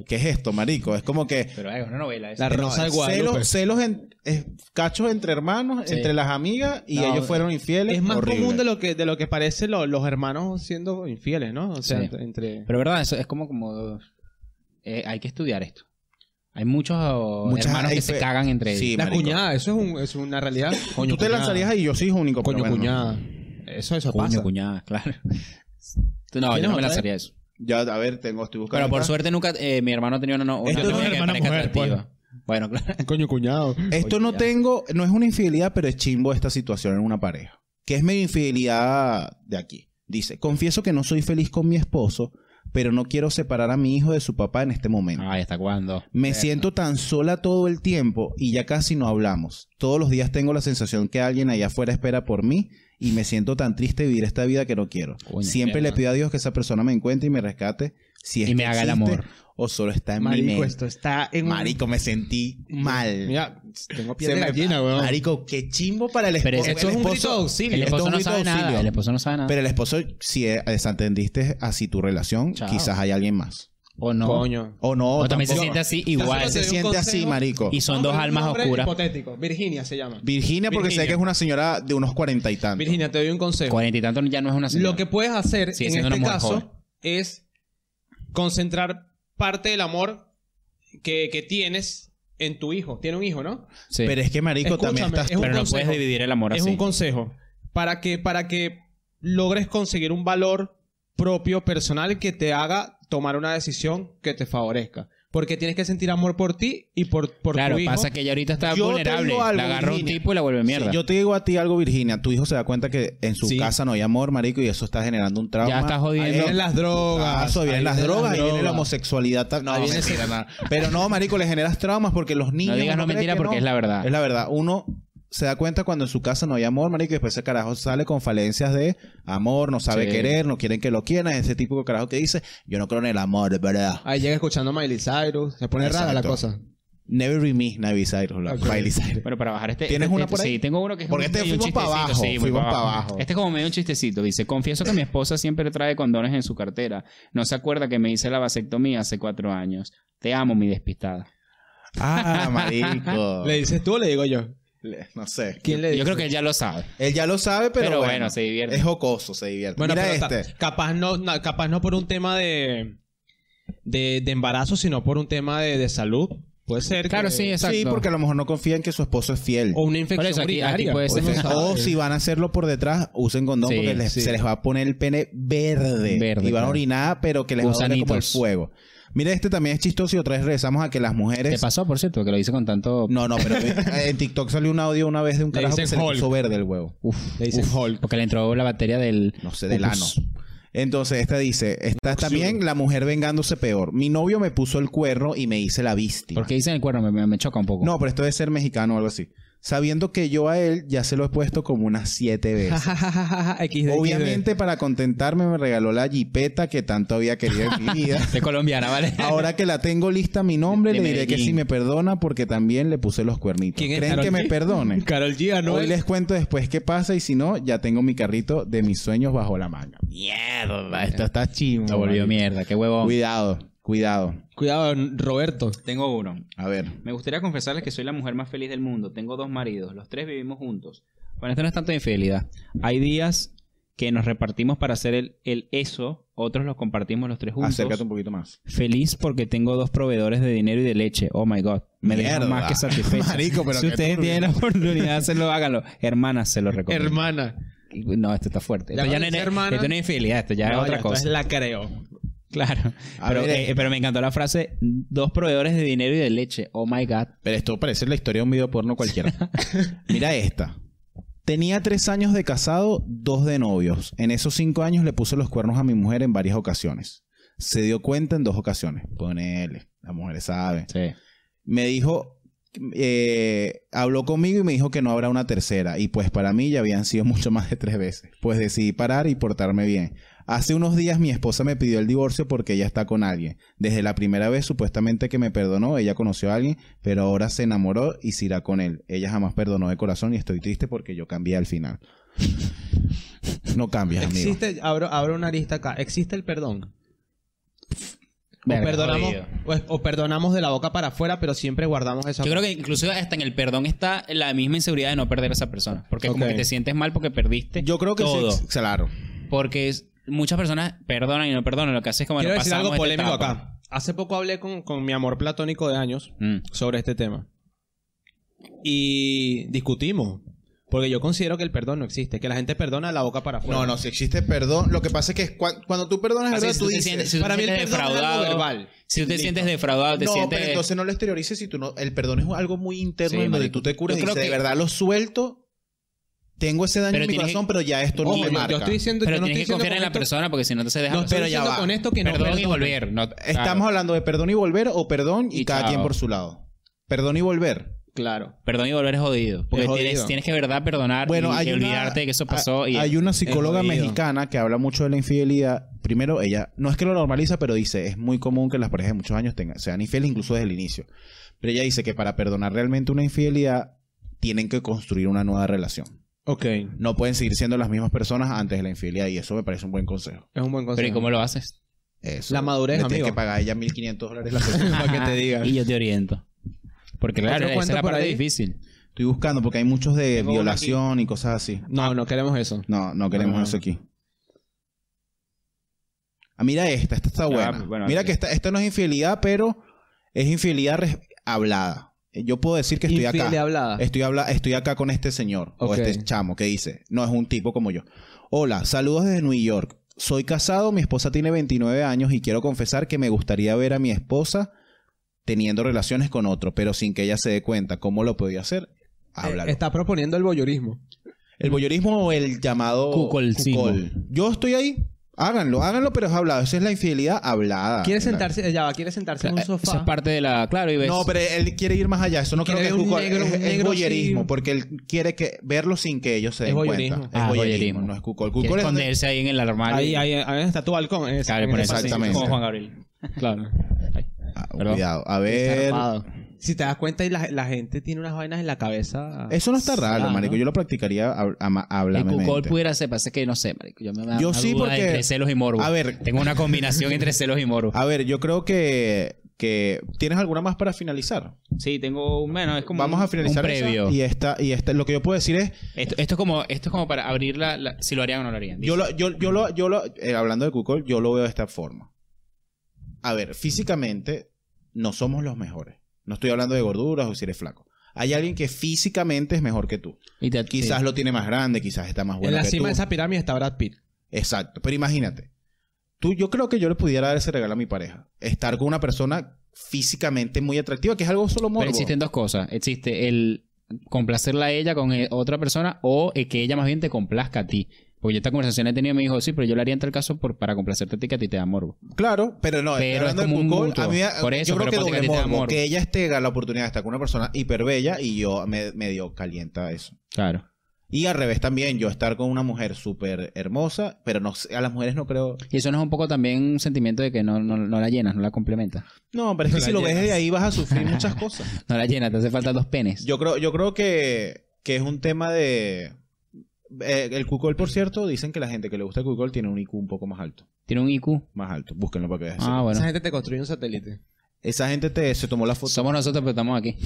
Speaker 2: ¿Qué es esto, marico? Es como que
Speaker 4: Pero es una novela. eso.
Speaker 3: La Rosa de
Speaker 2: no,
Speaker 3: Guadalupe.
Speaker 2: celos, celos en- eh, cachos entre hermanos,
Speaker 4: Sí.
Speaker 2: entre las amigas y
Speaker 4: No,
Speaker 2: ellos fueron infieles.
Speaker 3: Es más
Speaker 2: Horrible.
Speaker 3: común de lo que, de lo que parece lo- los hermanos siendo infieles, ¿no? O sea,
Speaker 4: Sí.
Speaker 3: entre- entre.
Speaker 4: Pero verdad, eso es como como eh, hay que estudiar esto. Hay muchos
Speaker 2: Muchas-
Speaker 4: hermanos
Speaker 2: hay
Speaker 4: que
Speaker 2: fe-
Speaker 4: se cagan entre
Speaker 2: Sí,
Speaker 4: ellos.
Speaker 3: La
Speaker 2: marico.
Speaker 3: cuñada, eso es, un- es una realidad. Coño,
Speaker 2: Tú te
Speaker 3: cuñada.
Speaker 2: lanzarías ahí, yo soy hijo único. pero
Speaker 3: Coño,
Speaker 2: bueno.
Speaker 3: cuñada. Eso, eso
Speaker 4: Coño,
Speaker 3: pasa.
Speaker 4: cuñada, claro. Tú [LAUGHS] no,
Speaker 3: ¿Tienes
Speaker 4: yo no
Speaker 3: otra,
Speaker 4: me
Speaker 3: eh?
Speaker 4: lanzaría eso.
Speaker 2: Ya, a ver, tengo, estoy buscando.
Speaker 4: Pero por
Speaker 2: acá.
Speaker 4: suerte nunca eh, mi hermano ha tenido una, no- una
Speaker 2: Esto es
Speaker 4: novia
Speaker 2: una
Speaker 4: que
Speaker 2: hermana
Speaker 4: parezca
Speaker 2: mujer,
Speaker 4: atractiva. Bueno, claro.
Speaker 3: Coño, cuñado.
Speaker 2: Esto no tengo, no es una infidelidad, pero es chimbo esta situación en una pareja. Que es medio infidelidad de aquí. Dice, confieso que no soy feliz con mi esposo, pero no quiero separar a mi hijo de su papá en este momento.
Speaker 4: Ay, ¿hasta cuándo?
Speaker 2: Me siento tan sola todo el tiempo y ya casi no hablamos. Todos los días tengo la sensación que alguien allá afuera espera por mí y me siento tan triste vivir esta vida que no quiero.
Speaker 4: Coño,
Speaker 2: Siempre
Speaker 4: mierda.
Speaker 2: le pido a Dios que esa persona me encuentre y me rescate si es
Speaker 4: Y me
Speaker 2: que
Speaker 4: haga el
Speaker 2: existe
Speaker 4: amor.
Speaker 2: o solo está en mi
Speaker 3: Marico,
Speaker 2: mente.
Speaker 3: esto está en un-
Speaker 2: Marico, me sentí mal.
Speaker 3: Mira, tengo piel
Speaker 2: Se
Speaker 3: de
Speaker 2: me-
Speaker 3: gallina, weón.
Speaker 2: Marico, qué chimbo para el esposo.
Speaker 4: Pero
Speaker 2: El
Speaker 4: esto es un
Speaker 2: esposo-
Speaker 3: grito de auxilio.
Speaker 4: El
Speaker 2: Esto es
Speaker 4: esposo
Speaker 2: un
Speaker 4: no
Speaker 2: grito
Speaker 4: sabe
Speaker 2: de
Speaker 4: nada.
Speaker 2: auxilio.
Speaker 4: El esposo no sabe nada.
Speaker 2: Pero el esposo, si eh, desentendiste así tu relación,
Speaker 4: Chao.
Speaker 2: quizás hay alguien más.
Speaker 4: o no.
Speaker 3: Coño.
Speaker 2: O no.
Speaker 4: O también se
Speaker 2: tampoco.
Speaker 4: siente así igual.
Speaker 3: Yo
Speaker 2: Se
Speaker 3: te doy un
Speaker 2: siente así,
Speaker 3: consejo.
Speaker 2: marico.
Speaker 4: Y son
Speaker 3: Vamos a
Speaker 4: dos
Speaker 3: poner un
Speaker 4: almas
Speaker 3: nombre
Speaker 4: oscuras.
Speaker 3: hipotético. Virginia se llama.
Speaker 2: Virginia, porque sé
Speaker 3: Virginia.
Speaker 2: que es una señora de unos cuarenta y tantos.
Speaker 3: Virginia, te doy un consejo.
Speaker 4: Cuarenta y tanto ya no es una señora.
Speaker 3: Lo que puedes hacer
Speaker 4: Sigue
Speaker 3: en
Speaker 4: siendo una
Speaker 3: este
Speaker 4: mujer
Speaker 3: caso
Speaker 4: joven.
Speaker 3: es concentrar parte del amor que, que tienes en tu hijo. Tiene un hijo, ¿no?
Speaker 4: Sí.
Speaker 2: Pero es que, marico, también
Speaker 3: Escúchame,
Speaker 2: estás.
Speaker 3: es un
Speaker 4: Pero no
Speaker 3: consejo.
Speaker 4: puedes dividir el amor
Speaker 3: es
Speaker 4: así.
Speaker 3: un consejo. Para que, para que logres conseguir un valor propio, personal, que te haga tomar una decisión que te favorezca. Porque tienes que sentir amor por ti y por, por
Speaker 4: claro,
Speaker 3: tu hijo.
Speaker 4: pasa que ella ahorita está
Speaker 2: Yo
Speaker 4: vulnerable.
Speaker 2: tengo algo,
Speaker 4: la agarra un
Speaker 2: Virginia.
Speaker 4: tipo y la vuelve mierda.
Speaker 2: Sí, yo te digo a ti algo, Virginia. Tu hijo se da cuenta que en su
Speaker 3: Sí.
Speaker 2: casa no hay amor, marico, y eso está generando un trauma.
Speaker 4: Ya está jodiendo.
Speaker 2: Ahí
Speaker 3: Ahí vienen
Speaker 2: viene Ah,
Speaker 3: las drogas.
Speaker 2: Eso, vienen
Speaker 3: ahí
Speaker 2: las drogas, ahí viene la
Speaker 3: drogas.
Speaker 2: homosexualidad. tal- No,
Speaker 3: Ahí viene
Speaker 2: mentira, nada. Pero no, marico, le generas traumas porque los niños...
Speaker 4: no digas
Speaker 2: uno
Speaker 4: no
Speaker 2: cree
Speaker 4: mentira
Speaker 2: que
Speaker 4: porque
Speaker 2: no.
Speaker 4: es la verdad.
Speaker 2: Es la verdad. Uno se da cuenta cuando en su casa no hay amor, marico, y después ese carajo sale con falencias de amor, no sabe
Speaker 4: Sí.
Speaker 2: querer, no quieren que lo quieran. Ese tipo de carajo que dice, yo no creo en el amor, ¿verdad?
Speaker 4: Ah.
Speaker 3: Ahí llega escuchando a Miley Cyrus. Se pone rara la
Speaker 2: Exacto.
Speaker 3: cosa.
Speaker 2: Never be me, Navi Cyrus, la-
Speaker 3: Ok.
Speaker 2: Miley Cyrus.
Speaker 3: [LAUGHS]
Speaker 4: Bueno, para bajar este.
Speaker 2: ¿Tienes
Speaker 4: este-
Speaker 2: una por ahí?
Speaker 4: Sí, tengo uno que es
Speaker 2: Porque este
Speaker 4: medio un
Speaker 2: fuimos pa'
Speaker 4: chistecito,
Speaker 2: abajo,
Speaker 4: sí, muy
Speaker 2: fuimos
Speaker 4: pa'
Speaker 2: pa' abajo.
Speaker 4: Este es como medio un chistecito. Dice: Confieso que mi esposa siempre trae condones en su cartera. No se acuerda que me hice la vasectomía hace cuatro años. Te amo, mi despistada.
Speaker 2: Ah, marico.
Speaker 3: [LAUGHS] ¿Le dices tú o le digo yo?
Speaker 2: Le- no sé.
Speaker 3: ¿Quién le dice?
Speaker 4: Yo creo que él ya lo sabe.
Speaker 2: Él ya lo sabe, pero,
Speaker 4: Pero bueno, se divierte.
Speaker 2: Es jocoso, se divierte.
Speaker 3: Bueno,
Speaker 2: Mira
Speaker 3: pero
Speaker 2: este.
Speaker 3: ta- capaz, no, na- capaz no por un tema de, de, de embarazo, sino por un tema de, de salud. Puede ser.
Speaker 4: Claro,
Speaker 3: que-
Speaker 4: sí, exacto.
Speaker 2: Sí, porque a lo mejor no confían que su esposo es fiel.
Speaker 3: O una infección
Speaker 4: Por eso aquí- aquí
Speaker 3: urinaria.
Speaker 4: puede ser.
Speaker 3: Uno no sabe.
Speaker 2: O si van a hacerlo por detrás, usen condón
Speaker 4: Sí,
Speaker 2: porque les-
Speaker 4: sí.
Speaker 2: se les va a poner el pene verde.
Speaker 4: Verde,
Speaker 2: y van a
Speaker 4: claro.
Speaker 2: orinar, pero que les va a doler como el
Speaker 4: Gusanitos.
Speaker 2: fuego. Mira, este también es chistoso y otra vez regresamos a que las
Speaker 4: Te
Speaker 2: mujeres...
Speaker 4: pasó, por cierto, que lo hice con tanto.
Speaker 2: No, no, pero eh,
Speaker 4: [LAUGHS]
Speaker 2: en TikTok salió un audio una vez de un
Speaker 3: Le
Speaker 2: carajo que se
Speaker 3: dicen
Speaker 2: le
Speaker 3: Hulk.
Speaker 2: puso verde el huevo.
Speaker 4: Uf,
Speaker 3: Le dicen
Speaker 4: uf,
Speaker 3: [LAUGHS] Hulk.
Speaker 4: Porque le entró la batería del.
Speaker 2: No sé, del ano.
Speaker 4: Opus.
Speaker 2: Entonces, esta dice, está también la mujer vengándose peor. Mi novio me puso el cuerno y me hice la víctima.
Speaker 4: Porque dicen el cuerno, me, me- me choca un poco.
Speaker 2: No, pero esto debe ser mexicano o algo así. Sabiendo que yo a él ya se lo he puesto como unas siete veces.
Speaker 3: XD,
Speaker 2: Obviamente, para contentarme, me regaló la jipeta que tanto había querido en mi
Speaker 4: [LAUGHS]
Speaker 2: vida.
Speaker 4: De colombiana,
Speaker 3: [LAUGHS]
Speaker 4: ¿vale?
Speaker 2: Ahora que la tengo lista mi nombre,
Speaker 4: De
Speaker 2: le diré que
Speaker 4: Medellín.
Speaker 2: si me perdona porque también le puse los cuernitos.
Speaker 3: ¿Quién es
Speaker 2: ¿Creen
Speaker 3: Karol
Speaker 2: que me
Speaker 4: [LAUGHS]
Speaker 3: G? [LAUGHS]
Speaker 2: perdone?
Speaker 3: XD. Karol G, ¿no?
Speaker 2: Hoy les cuento después qué pasa y si no, ya tengo mi carrito de mis sueños bajo la manga. Mierda,
Speaker 4: este.
Speaker 2: esto está chimbo.
Speaker 4: Lo
Speaker 2: marico.
Speaker 4: volvió mierda, qué huevón.
Speaker 2: Cuidado, cuidado.
Speaker 3: Cuidado, Roberto.
Speaker 4: Tengo uno.
Speaker 2: A ver.
Speaker 4: Me gustaría confesarles que soy la mujer más feliz del mundo. Tengo dos maridos, los tres vivimos juntos. Bueno, esto no es tanto de infidelidad. Hay días que nos repartimos para hacer el, el eso, otros los compartimos los tres juntos.
Speaker 2: Acércate un poquito más.
Speaker 4: Feliz porque tengo dos proveedores de dinero y de leche. Oh my god, me
Speaker 2: Mierda.
Speaker 4: dejan más que satisfecho.
Speaker 2: Marico, pero qué
Speaker 4: si ustedes
Speaker 2: turbio.
Speaker 4: tienen la oportunidad de hacerlo, háganlo. Hermanas, se lo recomiendo.
Speaker 3: Hermana.
Speaker 4: No, esto está fuerte.
Speaker 3: Ya
Speaker 4: Esto ya
Speaker 3: cuando
Speaker 4: no es,
Speaker 3: dice hermana-
Speaker 4: esto no es infidelidad, esto ya es
Speaker 3: No,
Speaker 4: otra
Speaker 3: esto
Speaker 4: cosa.
Speaker 3: es la creo.
Speaker 4: Claro.
Speaker 2: A
Speaker 4: Pero,
Speaker 2: ver,
Speaker 4: eh,
Speaker 2: eh.
Speaker 4: pero me encantó la frase, dos proveedores de dinero y de leche. Oh my god.
Speaker 2: Pero esto parece la historia de un video porno cualquiera. [LAUGHS] Mira esta. Tenía tres años de casado, dos de novios. En esos cinco años le puse los cuernos a mi mujer en varias ocasiones. Se dio cuenta en dos ocasiones. Ponele, las mujeres saben.
Speaker 4: Sí.
Speaker 2: Me dijo, eh, habló conmigo y me dijo que no habrá una tercera. Y pues para mí ya habían sido [LAUGHS] mucho más de tres veces. Pues decidí parar y portarme bien. Hace unos días mi esposa me pidió el divorcio porque ella está con alguien. Desde la primera vez supuestamente que me perdonó, ella conoció a alguien, pero ahora se enamoró y se irá con él. Ella jamás perdonó de corazón y estoy triste porque yo cambié al final. No cambias, amigo.
Speaker 3: Existe, abro, abro una lista acá. ¿Existe el perdón? O
Speaker 4: Verga,
Speaker 3: perdonamos,
Speaker 4: jodido.
Speaker 3: o, o perdonamos de la boca para afuera, pero siempre guardamos esa
Speaker 4: Yo creo que incluso hasta en el perdón está la misma inseguridad de no perder a esa persona. Porque como
Speaker 3: Ok.
Speaker 4: que te sientes mal porque perdiste
Speaker 2: Yo creo que sí,
Speaker 4: todo.
Speaker 2: claro.
Speaker 4: Porque es- muchas personas perdonan y no perdonan. Lo que hace es como...
Speaker 3: Quiero
Speaker 4: bueno,
Speaker 3: decir
Speaker 4: pasamos
Speaker 3: algo
Speaker 4: esta
Speaker 3: polémico
Speaker 4: etapa.
Speaker 3: acá. hace poco hablé con, con mi amor platónico de años
Speaker 4: Mm.
Speaker 3: sobre este tema. Y discutimos. Porque yo considero que el perdón no existe. Que la gente perdona la boca para afuera.
Speaker 2: No, no, si existe perdón, lo que pasa es que es cua- cuando tú perdonas,
Speaker 4: Ah,
Speaker 2: ¿verdad?
Speaker 4: si
Speaker 2: tú
Speaker 4: tú te
Speaker 2: dices,
Speaker 4: sientes- si tú
Speaker 3: para
Speaker 4: te
Speaker 3: mí el
Speaker 4: sientes
Speaker 3: perdón es algo
Speaker 4: defraudado,
Speaker 3: verbal.
Speaker 4: Si tú te
Speaker 2: Listo.
Speaker 4: sientes defraudado, te
Speaker 2: no,
Speaker 4: sientes...
Speaker 2: pero entonces no lo exteriorices si tú no. El perdón es algo muy interno
Speaker 4: Sí,
Speaker 2: en donde
Speaker 4: marico.
Speaker 2: tú te curas y
Speaker 4: Yo creo
Speaker 2: dices, de
Speaker 4: que-
Speaker 2: verdad lo suelto, tengo ese daño
Speaker 4: Pero
Speaker 2: en mi
Speaker 4: tienes que-
Speaker 2: corazón, pero ya esto
Speaker 3: Ojo,
Speaker 2: no me
Speaker 3: yo-
Speaker 2: marca.
Speaker 3: yo estoy diciendo,
Speaker 4: Pero
Speaker 3: yo no
Speaker 4: tienes que
Speaker 3: estoy diciendo
Speaker 4: confiar en
Speaker 3: con
Speaker 4: la
Speaker 3: esto-
Speaker 4: persona porque si no, entonces dejas
Speaker 3: No estoy
Speaker 2: Pero ya
Speaker 3: diciendo
Speaker 2: va.
Speaker 3: con esto que no
Speaker 4: perdón y
Speaker 3: perdona.
Speaker 4: volver. No,
Speaker 2: Estamos
Speaker 4: claro.
Speaker 2: hablando de perdón y volver o perdón y,
Speaker 4: Y
Speaker 2: cada
Speaker 4: chao.
Speaker 2: quien por su lado. Perdón y volver.
Speaker 3: Claro.
Speaker 4: Perdón y volver es jodido. Porque
Speaker 3: Es jodido.
Speaker 4: Tienes, tienes que, de verdad, perdonar
Speaker 2: Bueno,
Speaker 4: y
Speaker 2: hay una-
Speaker 4: olvidarte de que eso pasó. y,
Speaker 2: Hay una psicóloga
Speaker 3: jodido.
Speaker 2: mexicana que habla mucho de la infidelidad. Primero, ella no es que lo normaliza, pero dice, es muy común que las parejas de muchos años tengan, sean infieles incluso desde el inicio. Pero ella dice que para perdonar realmente una infidelidad, tienen que construir una nueva relación.
Speaker 3: Ok. Es
Speaker 2: No pueden seguir siendo las mismas personas antes de la infidelidad y eso me parece un buen consejo.
Speaker 3: un buen consejo.
Speaker 4: Pero ¿y cómo lo haces?
Speaker 2: Eso.
Speaker 3: La madurez,
Speaker 2: Le tienes
Speaker 3: amigo.
Speaker 2: que pagar a ella 1.500 dólares la sesión.
Speaker 3: Para que [LAUGHS] te diga.
Speaker 4: Y yo te oriento. Porque
Speaker 3: ¿Otro
Speaker 4: claro, esa es
Speaker 3: cuento
Speaker 4: la
Speaker 3: por
Speaker 4: parte
Speaker 3: ahí?
Speaker 4: difícil.
Speaker 2: Estoy buscando porque hay muchos de
Speaker 3: Tengo uno
Speaker 2: violación y cosas así.
Speaker 3: No, no queremos eso.
Speaker 2: No, no queremos
Speaker 3: Ajá.
Speaker 2: eso aquí. Ah, mira esta, esta está
Speaker 4: Ya,
Speaker 2: buena.
Speaker 3: pues,
Speaker 4: bueno,
Speaker 2: mira
Speaker 4: sí.
Speaker 2: que esta, esta no es infidelidad, pero es infidelidad res- hablada. Eh, Yo puedo decir que estoy
Speaker 3: Infiel de
Speaker 2: acá.
Speaker 3: hablada.
Speaker 2: Estoy, habla estoy acá con este señor
Speaker 3: Ah. Ok.
Speaker 2: o este chamo que dice, no es un tipo como yo. Hola, saludos desde New York. Soy casado, mi esposa tiene 29 años y quiero confesar que me gustaría ver a mi esposa teniendo relaciones con otro, pero sin que ella se dé cuenta. ¿Cómo lo podía hacer? Háblalo.
Speaker 3: Eh, Está proponiendo el voyeurismo.
Speaker 2: El voyeurismo o el llamado
Speaker 4: Cucolcismo.
Speaker 2: cucol. Yo estoy ahí. Háganlo, háganlo, pero es hablado. Esa es la infidelidad hablada.
Speaker 3: Quiere
Speaker 2: Ah, Claro.
Speaker 3: sentarse, ya va, quiere sentarse en un
Speaker 4: Eso es
Speaker 3: sofá.
Speaker 4: parte de la... Claro, y ves...
Speaker 2: No, pero él quiere ir más allá. Eso no creo que
Speaker 3: Quiere
Speaker 2: es
Speaker 3: un
Speaker 2: cucol.
Speaker 3: negro-
Speaker 2: es,
Speaker 3: un
Speaker 2: es
Speaker 3: negro
Speaker 2: voyeurismo,
Speaker 3: así.
Speaker 2: porque él quiere que verlo sin que ellos se
Speaker 3: Es
Speaker 2: den
Speaker 3: voyeurismo.
Speaker 2: cuenta.
Speaker 4: Ah,
Speaker 2: es voyeurismo,
Speaker 4: voyeurismo.
Speaker 2: no es cucol.
Speaker 4: Quiere
Speaker 2: Cucol es donde-
Speaker 4: esconderse ahí en el armario.
Speaker 3: Ahí, ahí, ahí está tu balcón. es-
Speaker 4: Claro,
Speaker 3: en
Speaker 4: por
Speaker 3: ese
Speaker 4: eso,
Speaker 2: Exactamente.
Speaker 4: como Juan Gabriel. Claro. Ay,
Speaker 2: Ah,
Speaker 4: Perdón.
Speaker 2: cuidado. A
Speaker 3: Está
Speaker 2: ver.
Speaker 3: armado. Si te das cuenta, y la, la gente tiene unas vainas en la cabeza.
Speaker 2: Eso no está raro,
Speaker 4: Ah,
Speaker 2: marico.
Speaker 4: ¿no?
Speaker 2: Yo lo practicaría hab- ama-
Speaker 4: El
Speaker 2: hablamemente.
Speaker 4: cucol pudiera ser, pasa que no sé, marico. Yo me da
Speaker 2: Yo
Speaker 4: una
Speaker 2: sí,
Speaker 4: duda
Speaker 2: porque-
Speaker 4: entre celos y morbo.
Speaker 2: A ver.
Speaker 4: Tengo una combinación entre celos y morbo.
Speaker 2: A ver, yo creo que, que... ¿Tienes alguna más para finalizar?
Speaker 4: Sí, tengo un menos. Es como
Speaker 2: Vamos
Speaker 4: un-
Speaker 2: a finalizar
Speaker 4: un
Speaker 2: esa
Speaker 4: previo.
Speaker 2: y esta, y esta, lo que yo puedo decir es
Speaker 4: Esto, esto es como, esto es como para abrir la, la- si lo harían o no lo harían.
Speaker 2: Yo lo, yo, yo lo, yo lo- eh, hablando de Kukol, yo lo veo de esta forma. A ver, físicamente no somos los mejores. No estoy hablando de gorduras o si eres flaco. Hay alguien que físicamente es mejor que tú.
Speaker 4: Y te-
Speaker 2: Quizás
Speaker 4: sí.
Speaker 2: lo tiene más grande, quizás está más
Speaker 3: en
Speaker 2: bueno
Speaker 3: la
Speaker 2: que tú.
Speaker 3: cima de esa pirámide está Brad Pitt.
Speaker 2: Exacto. Pero imagínate, tú, yo creo que yo le pudiera dar ese regalo a mi pareja. Estar con una persona físicamente muy atractiva, que es algo solo
Speaker 4: Pero
Speaker 2: morbo.
Speaker 4: existen dos cosas. Existe el complacerla a ella con eh, otra persona o eh, que ella más bien te complazca a ti. Porque yo esta conversación la he tenido y me dijo, sí, pero yo lo haría en tal caso por, para complacerte a ti que a ti te da morbo.
Speaker 2: Claro, pero no,
Speaker 4: Pero es
Speaker 2: hablando de
Speaker 4: como un
Speaker 2: Cucol,
Speaker 4: mutuo.
Speaker 2: a mí me-
Speaker 4: Por eso,
Speaker 2: yo creo
Speaker 4: pero
Speaker 2: que
Speaker 4: ponte
Speaker 2: doble
Speaker 4: que te da
Speaker 2: morbo,
Speaker 4: morbo.
Speaker 2: que ella tenga la oportunidad de estar con una persona hiperbella y yo me, me dio calienta eso.
Speaker 4: Claro.
Speaker 2: Y al revés también, yo estar con una mujer súper hermosa, pero no sé, a las mujeres no creo...
Speaker 4: Y eso no es un poco también un sentimiento de que no, no, no la llenas, no la complementas.
Speaker 2: No, pero es que
Speaker 3: No
Speaker 2: si
Speaker 3: la
Speaker 2: lo ves
Speaker 3: llenas.
Speaker 2: de ahí vas a [LAUGHS] sufrir muchas cosas.
Speaker 4: No la llenas, te hace falta dos penes.
Speaker 2: Yo creo, yo creo que, que es un tema de... eh, el cucol, por cierto, dicen que la gente que le gusta el cucol tiene un IQ un poco más alto.
Speaker 4: Tiene un IQ.
Speaker 2: Más alto, búsquenlo para que veas.
Speaker 4: Ah, bueno.
Speaker 3: Esa gente te construye un satélite.
Speaker 2: Esa gente te, se tomó la foto.
Speaker 4: Somos nosotros, pero
Speaker 2: [LAUGHS]
Speaker 4: estamos aquí.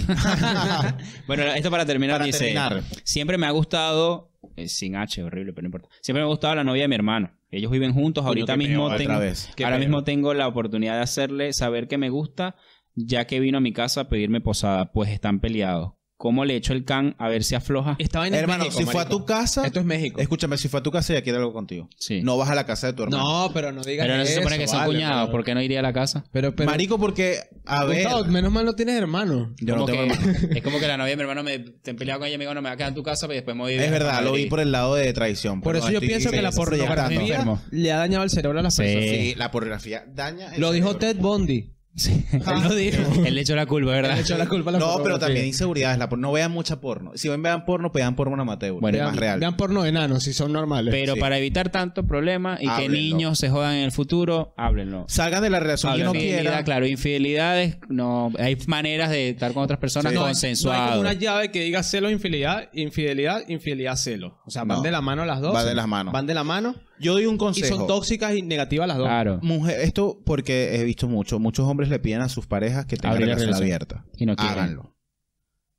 Speaker 4: bueno, esto para terminar
Speaker 2: Para
Speaker 4: dice,
Speaker 2: terminar.
Speaker 4: Siempre me ha gustado, eh, sin H, horrible, pero no importa. Siempre me ha gustado la novia de mi hermano. Ellos viven juntos, ahorita
Speaker 3: qué
Speaker 4: mismo
Speaker 3: peo,
Speaker 4: tengo,
Speaker 2: otra vez.
Speaker 3: Qué
Speaker 4: ahora
Speaker 3: peo.
Speaker 4: mismo tengo la oportunidad de hacerle saber que me gusta, ya que vino a mi casa a pedirme posada, pues están peleados. ¿Cómo le echo el can a ver si afloja?
Speaker 3: Esta vaina es
Speaker 2: Hermano,
Speaker 3: México,
Speaker 2: si fue a
Speaker 3: marico.
Speaker 2: tu casa...
Speaker 3: Esto es México.
Speaker 2: Escúchame, si fue a tu casa ella quiere algo contigo.
Speaker 4: Sí.
Speaker 2: No vas a la casa de tu hermano.
Speaker 3: No, pero no digas
Speaker 4: pero no se supone
Speaker 3: eso,
Speaker 4: que son
Speaker 3: vale,
Speaker 4: cuñados,
Speaker 3: pero-
Speaker 4: ¿por qué no iría a la casa?
Speaker 3: Pero, pero,
Speaker 2: Marico, porque, a ver.
Speaker 3: Gustavo, menos mal no tienes hermano.
Speaker 2: Yo no
Speaker 4: Como
Speaker 2: tengo
Speaker 4: que-
Speaker 3: [LAUGHS]
Speaker 2: hermano.
Speaker 4: [LAUGHS] es como que la novia de mi hermano me te he peleado con ella y me dijo, no, me va a quedar en tu casa pues, y después me voy a
Speaker 2: Es verdad, lo vi
Speaker 4: Madrid".
Speaker 2: por el lado de traición.
Speaker 3: Por
Speaker 2: pero
Speaker 3: eso
Speaker 2: no
Speaker 3: yo
Speaker 2: estoy-
Speaker 3: pienso
Speaker 2: sí,
Speaker 3: que la
Speaker 2: sí, sí,
Speaker 3: pornografía
Speaker 2: proyectando.
Speaker 3: le ha dañado el cerebro a las
Speaker 4: Sí.
Speaker 3: personas.
Speaker 2: Sí, la pornografía daña. el
Speaker 3: Lo dijo
Speaker 2: cerebro.
Speaker 3: Ted Bundy.
Speaker 4: Sí.
Speaker 3: [LAUGHS] Él
Speaker 2: [LAUGHS]
Speaker 3: lo dijo.
Speaker 4: Él le echó la culpa, ¿verdad?
Speaker 3: Le echó la culpa a la
Speaker 2: Ah. No, pero
Speaker 3: pornografía.
Speaker 2: también inseguridades. La por- No vean mucha porno. Si ven, vean porno, pues vean porno amateur.
Speaker 4: Bueno,
Speaker 2: es
Speaker 3: Vean,
Speaker 2: más real.
Speaker 3: vean porno de enanos si son normales.
Speaker 4: Pero
Speaker 2: Sí.
Speaker 4: para evitar tantos problemas y que
Speaker 2: Háblenlo.
Speaker 4: niños se jodan en el futuro, háblenlo.
Speaker 2: Salgan de la relación que no
Speaker 4: Infidelidad,
Speaker 2: quieran.
Speaker 4: claro, infidelidades, no, hay maneras de estar con otras personas
Speaker 2: Sí. No hay-
Speaker 3: No hay
Speaker 4: consensuadas.
Speaker 3: como una llave que diga celo, infidelidad, infidelidad, infidelidad, celo. O sea, van
Speaker 2: No.
Speaker 3: de la mano las dos.
Speaker 2: Van de las manos.
Speaker 3: Van de la mano.
Speaker 2: Yo doy un
Speaker 3: Y
Speaker 2: consejo.
Speaker 3: son tóxicas y negativas las dos.
Speaker 4: Claro.
Speaker 2: Mujer, esto porque he visto mucho. Muchos hombres le piden a sus parejas que tengan
Speaker 4: Abrir la
Speaker 2: relación
Speaker 4: relación.
Speaker 2: abierta.
Speaker 4: Y no quieren.
Speaker 2: Háganlo.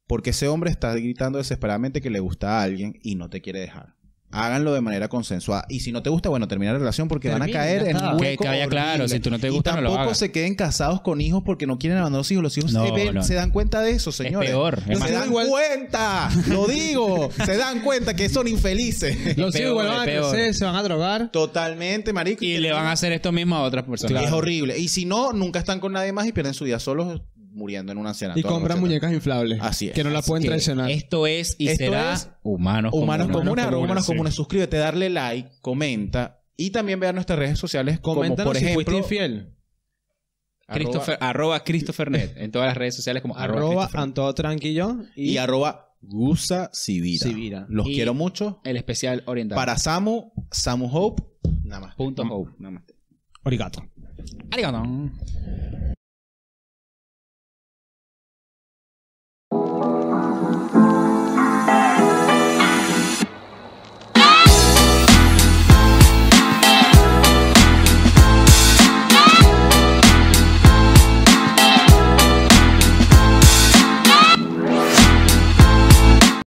Speaker 2: Porque ese hombre está gritando desesperadamente que le gusta a alguien y no te quiere dejar. Háganlo de manera consensuada. Y si no te gusta, bueno, termina la relación porque van a
Speaker 4: Termina,
Speaker 2: caer
Speaker 4: ya
Speaker 2: en
Speaker 4: está.
Speaker 2: un
Speaker 4: Que-
Speaker 2: hueco
Speaker 4: que vaya claro,
Speaker 2: horrible.
Speaker 4: si tú no te
Speaker 2: Y
Speaker 4: gusta, no lo
Speaker 2: tampoco
Speaker 4: hagas.
Speaker 2: se queden casados con hijos porque no quieren abandonar a los hijos. Los hijos
Speaker 4: No,
Speaker 2: se, ven-
Speaker 4: no.
Speaker 2: se dan cuenta de eso, señores.
Speaker 4: peor, es
Speaker 2: No
Speaker 4: más-
Speaker 2: se dan
Speaker 3: Igual-
Speaker 2: cuenta. Lo
Speaker 4: [LAUGHS]
Speaker 2: digo. se dan cuenta que son infelices.
Speaker 3: Los hijos
Speaker 4: peor,
Speaker 3: igual van a
Speaker 4: es peor.
Speaker 3: crecer, se van a drogar.
Speaker 2: Totalmente, marico.
Speaker 4: Y le van a hacer esto mismo a otras personas.
Speaker 2: Es horrible. Y si no, nunca están con nadie más y pierden su día solos muriendo en una cena.
Speaker 3: Y compran muñecas inflables.
Speaker 2: Así es.
Speaker 3: Que no las pueden
Speaker 4: Que
Speaker 3: traicionar.
Speaker 4: Esto es y
Speaker 2: Esto
Speaker 4: será
Speaker 2: es
Speaker 4: humanos,
Speaker 2: Humanos
Speaker 4: Comunes.
Speaker 2: comunes, arroba humanos
Speaker 3: Humanos Comunes,
Speaker 2: comunes. Suscríbete, darle like, comenta. Y también vean nuestras redes sociales como,
Speaker 3: Coméntanos
Speaker 2: por
Speaker 3: si fuiste
Speaker 2: ejemplo,
Speaker 3: infiel.
Speaker 4: Christopher, arroba, Christopher Net. En todas las redes sociales como arroba,
Speaker 3: Arroba
Speaker 4: Christopher Net.
Speaker 3: Antó Tranquillo
Speaker 2: y,
Speaker 3: y,
Speaker 2: arroba Gusa Sivira.
Speaker 3: Sivira.
Speaker 2: Los
Speaker 4: Y-
Speaker 2: quiero mucho.
Speaker 4: El especial oriental.
Speaker 2: Para Samu, Samu Hope, nada más.
Speaker 4: Punto hope. Nada más.
Speaker 3: Origato.
Speaker 4: Arigato.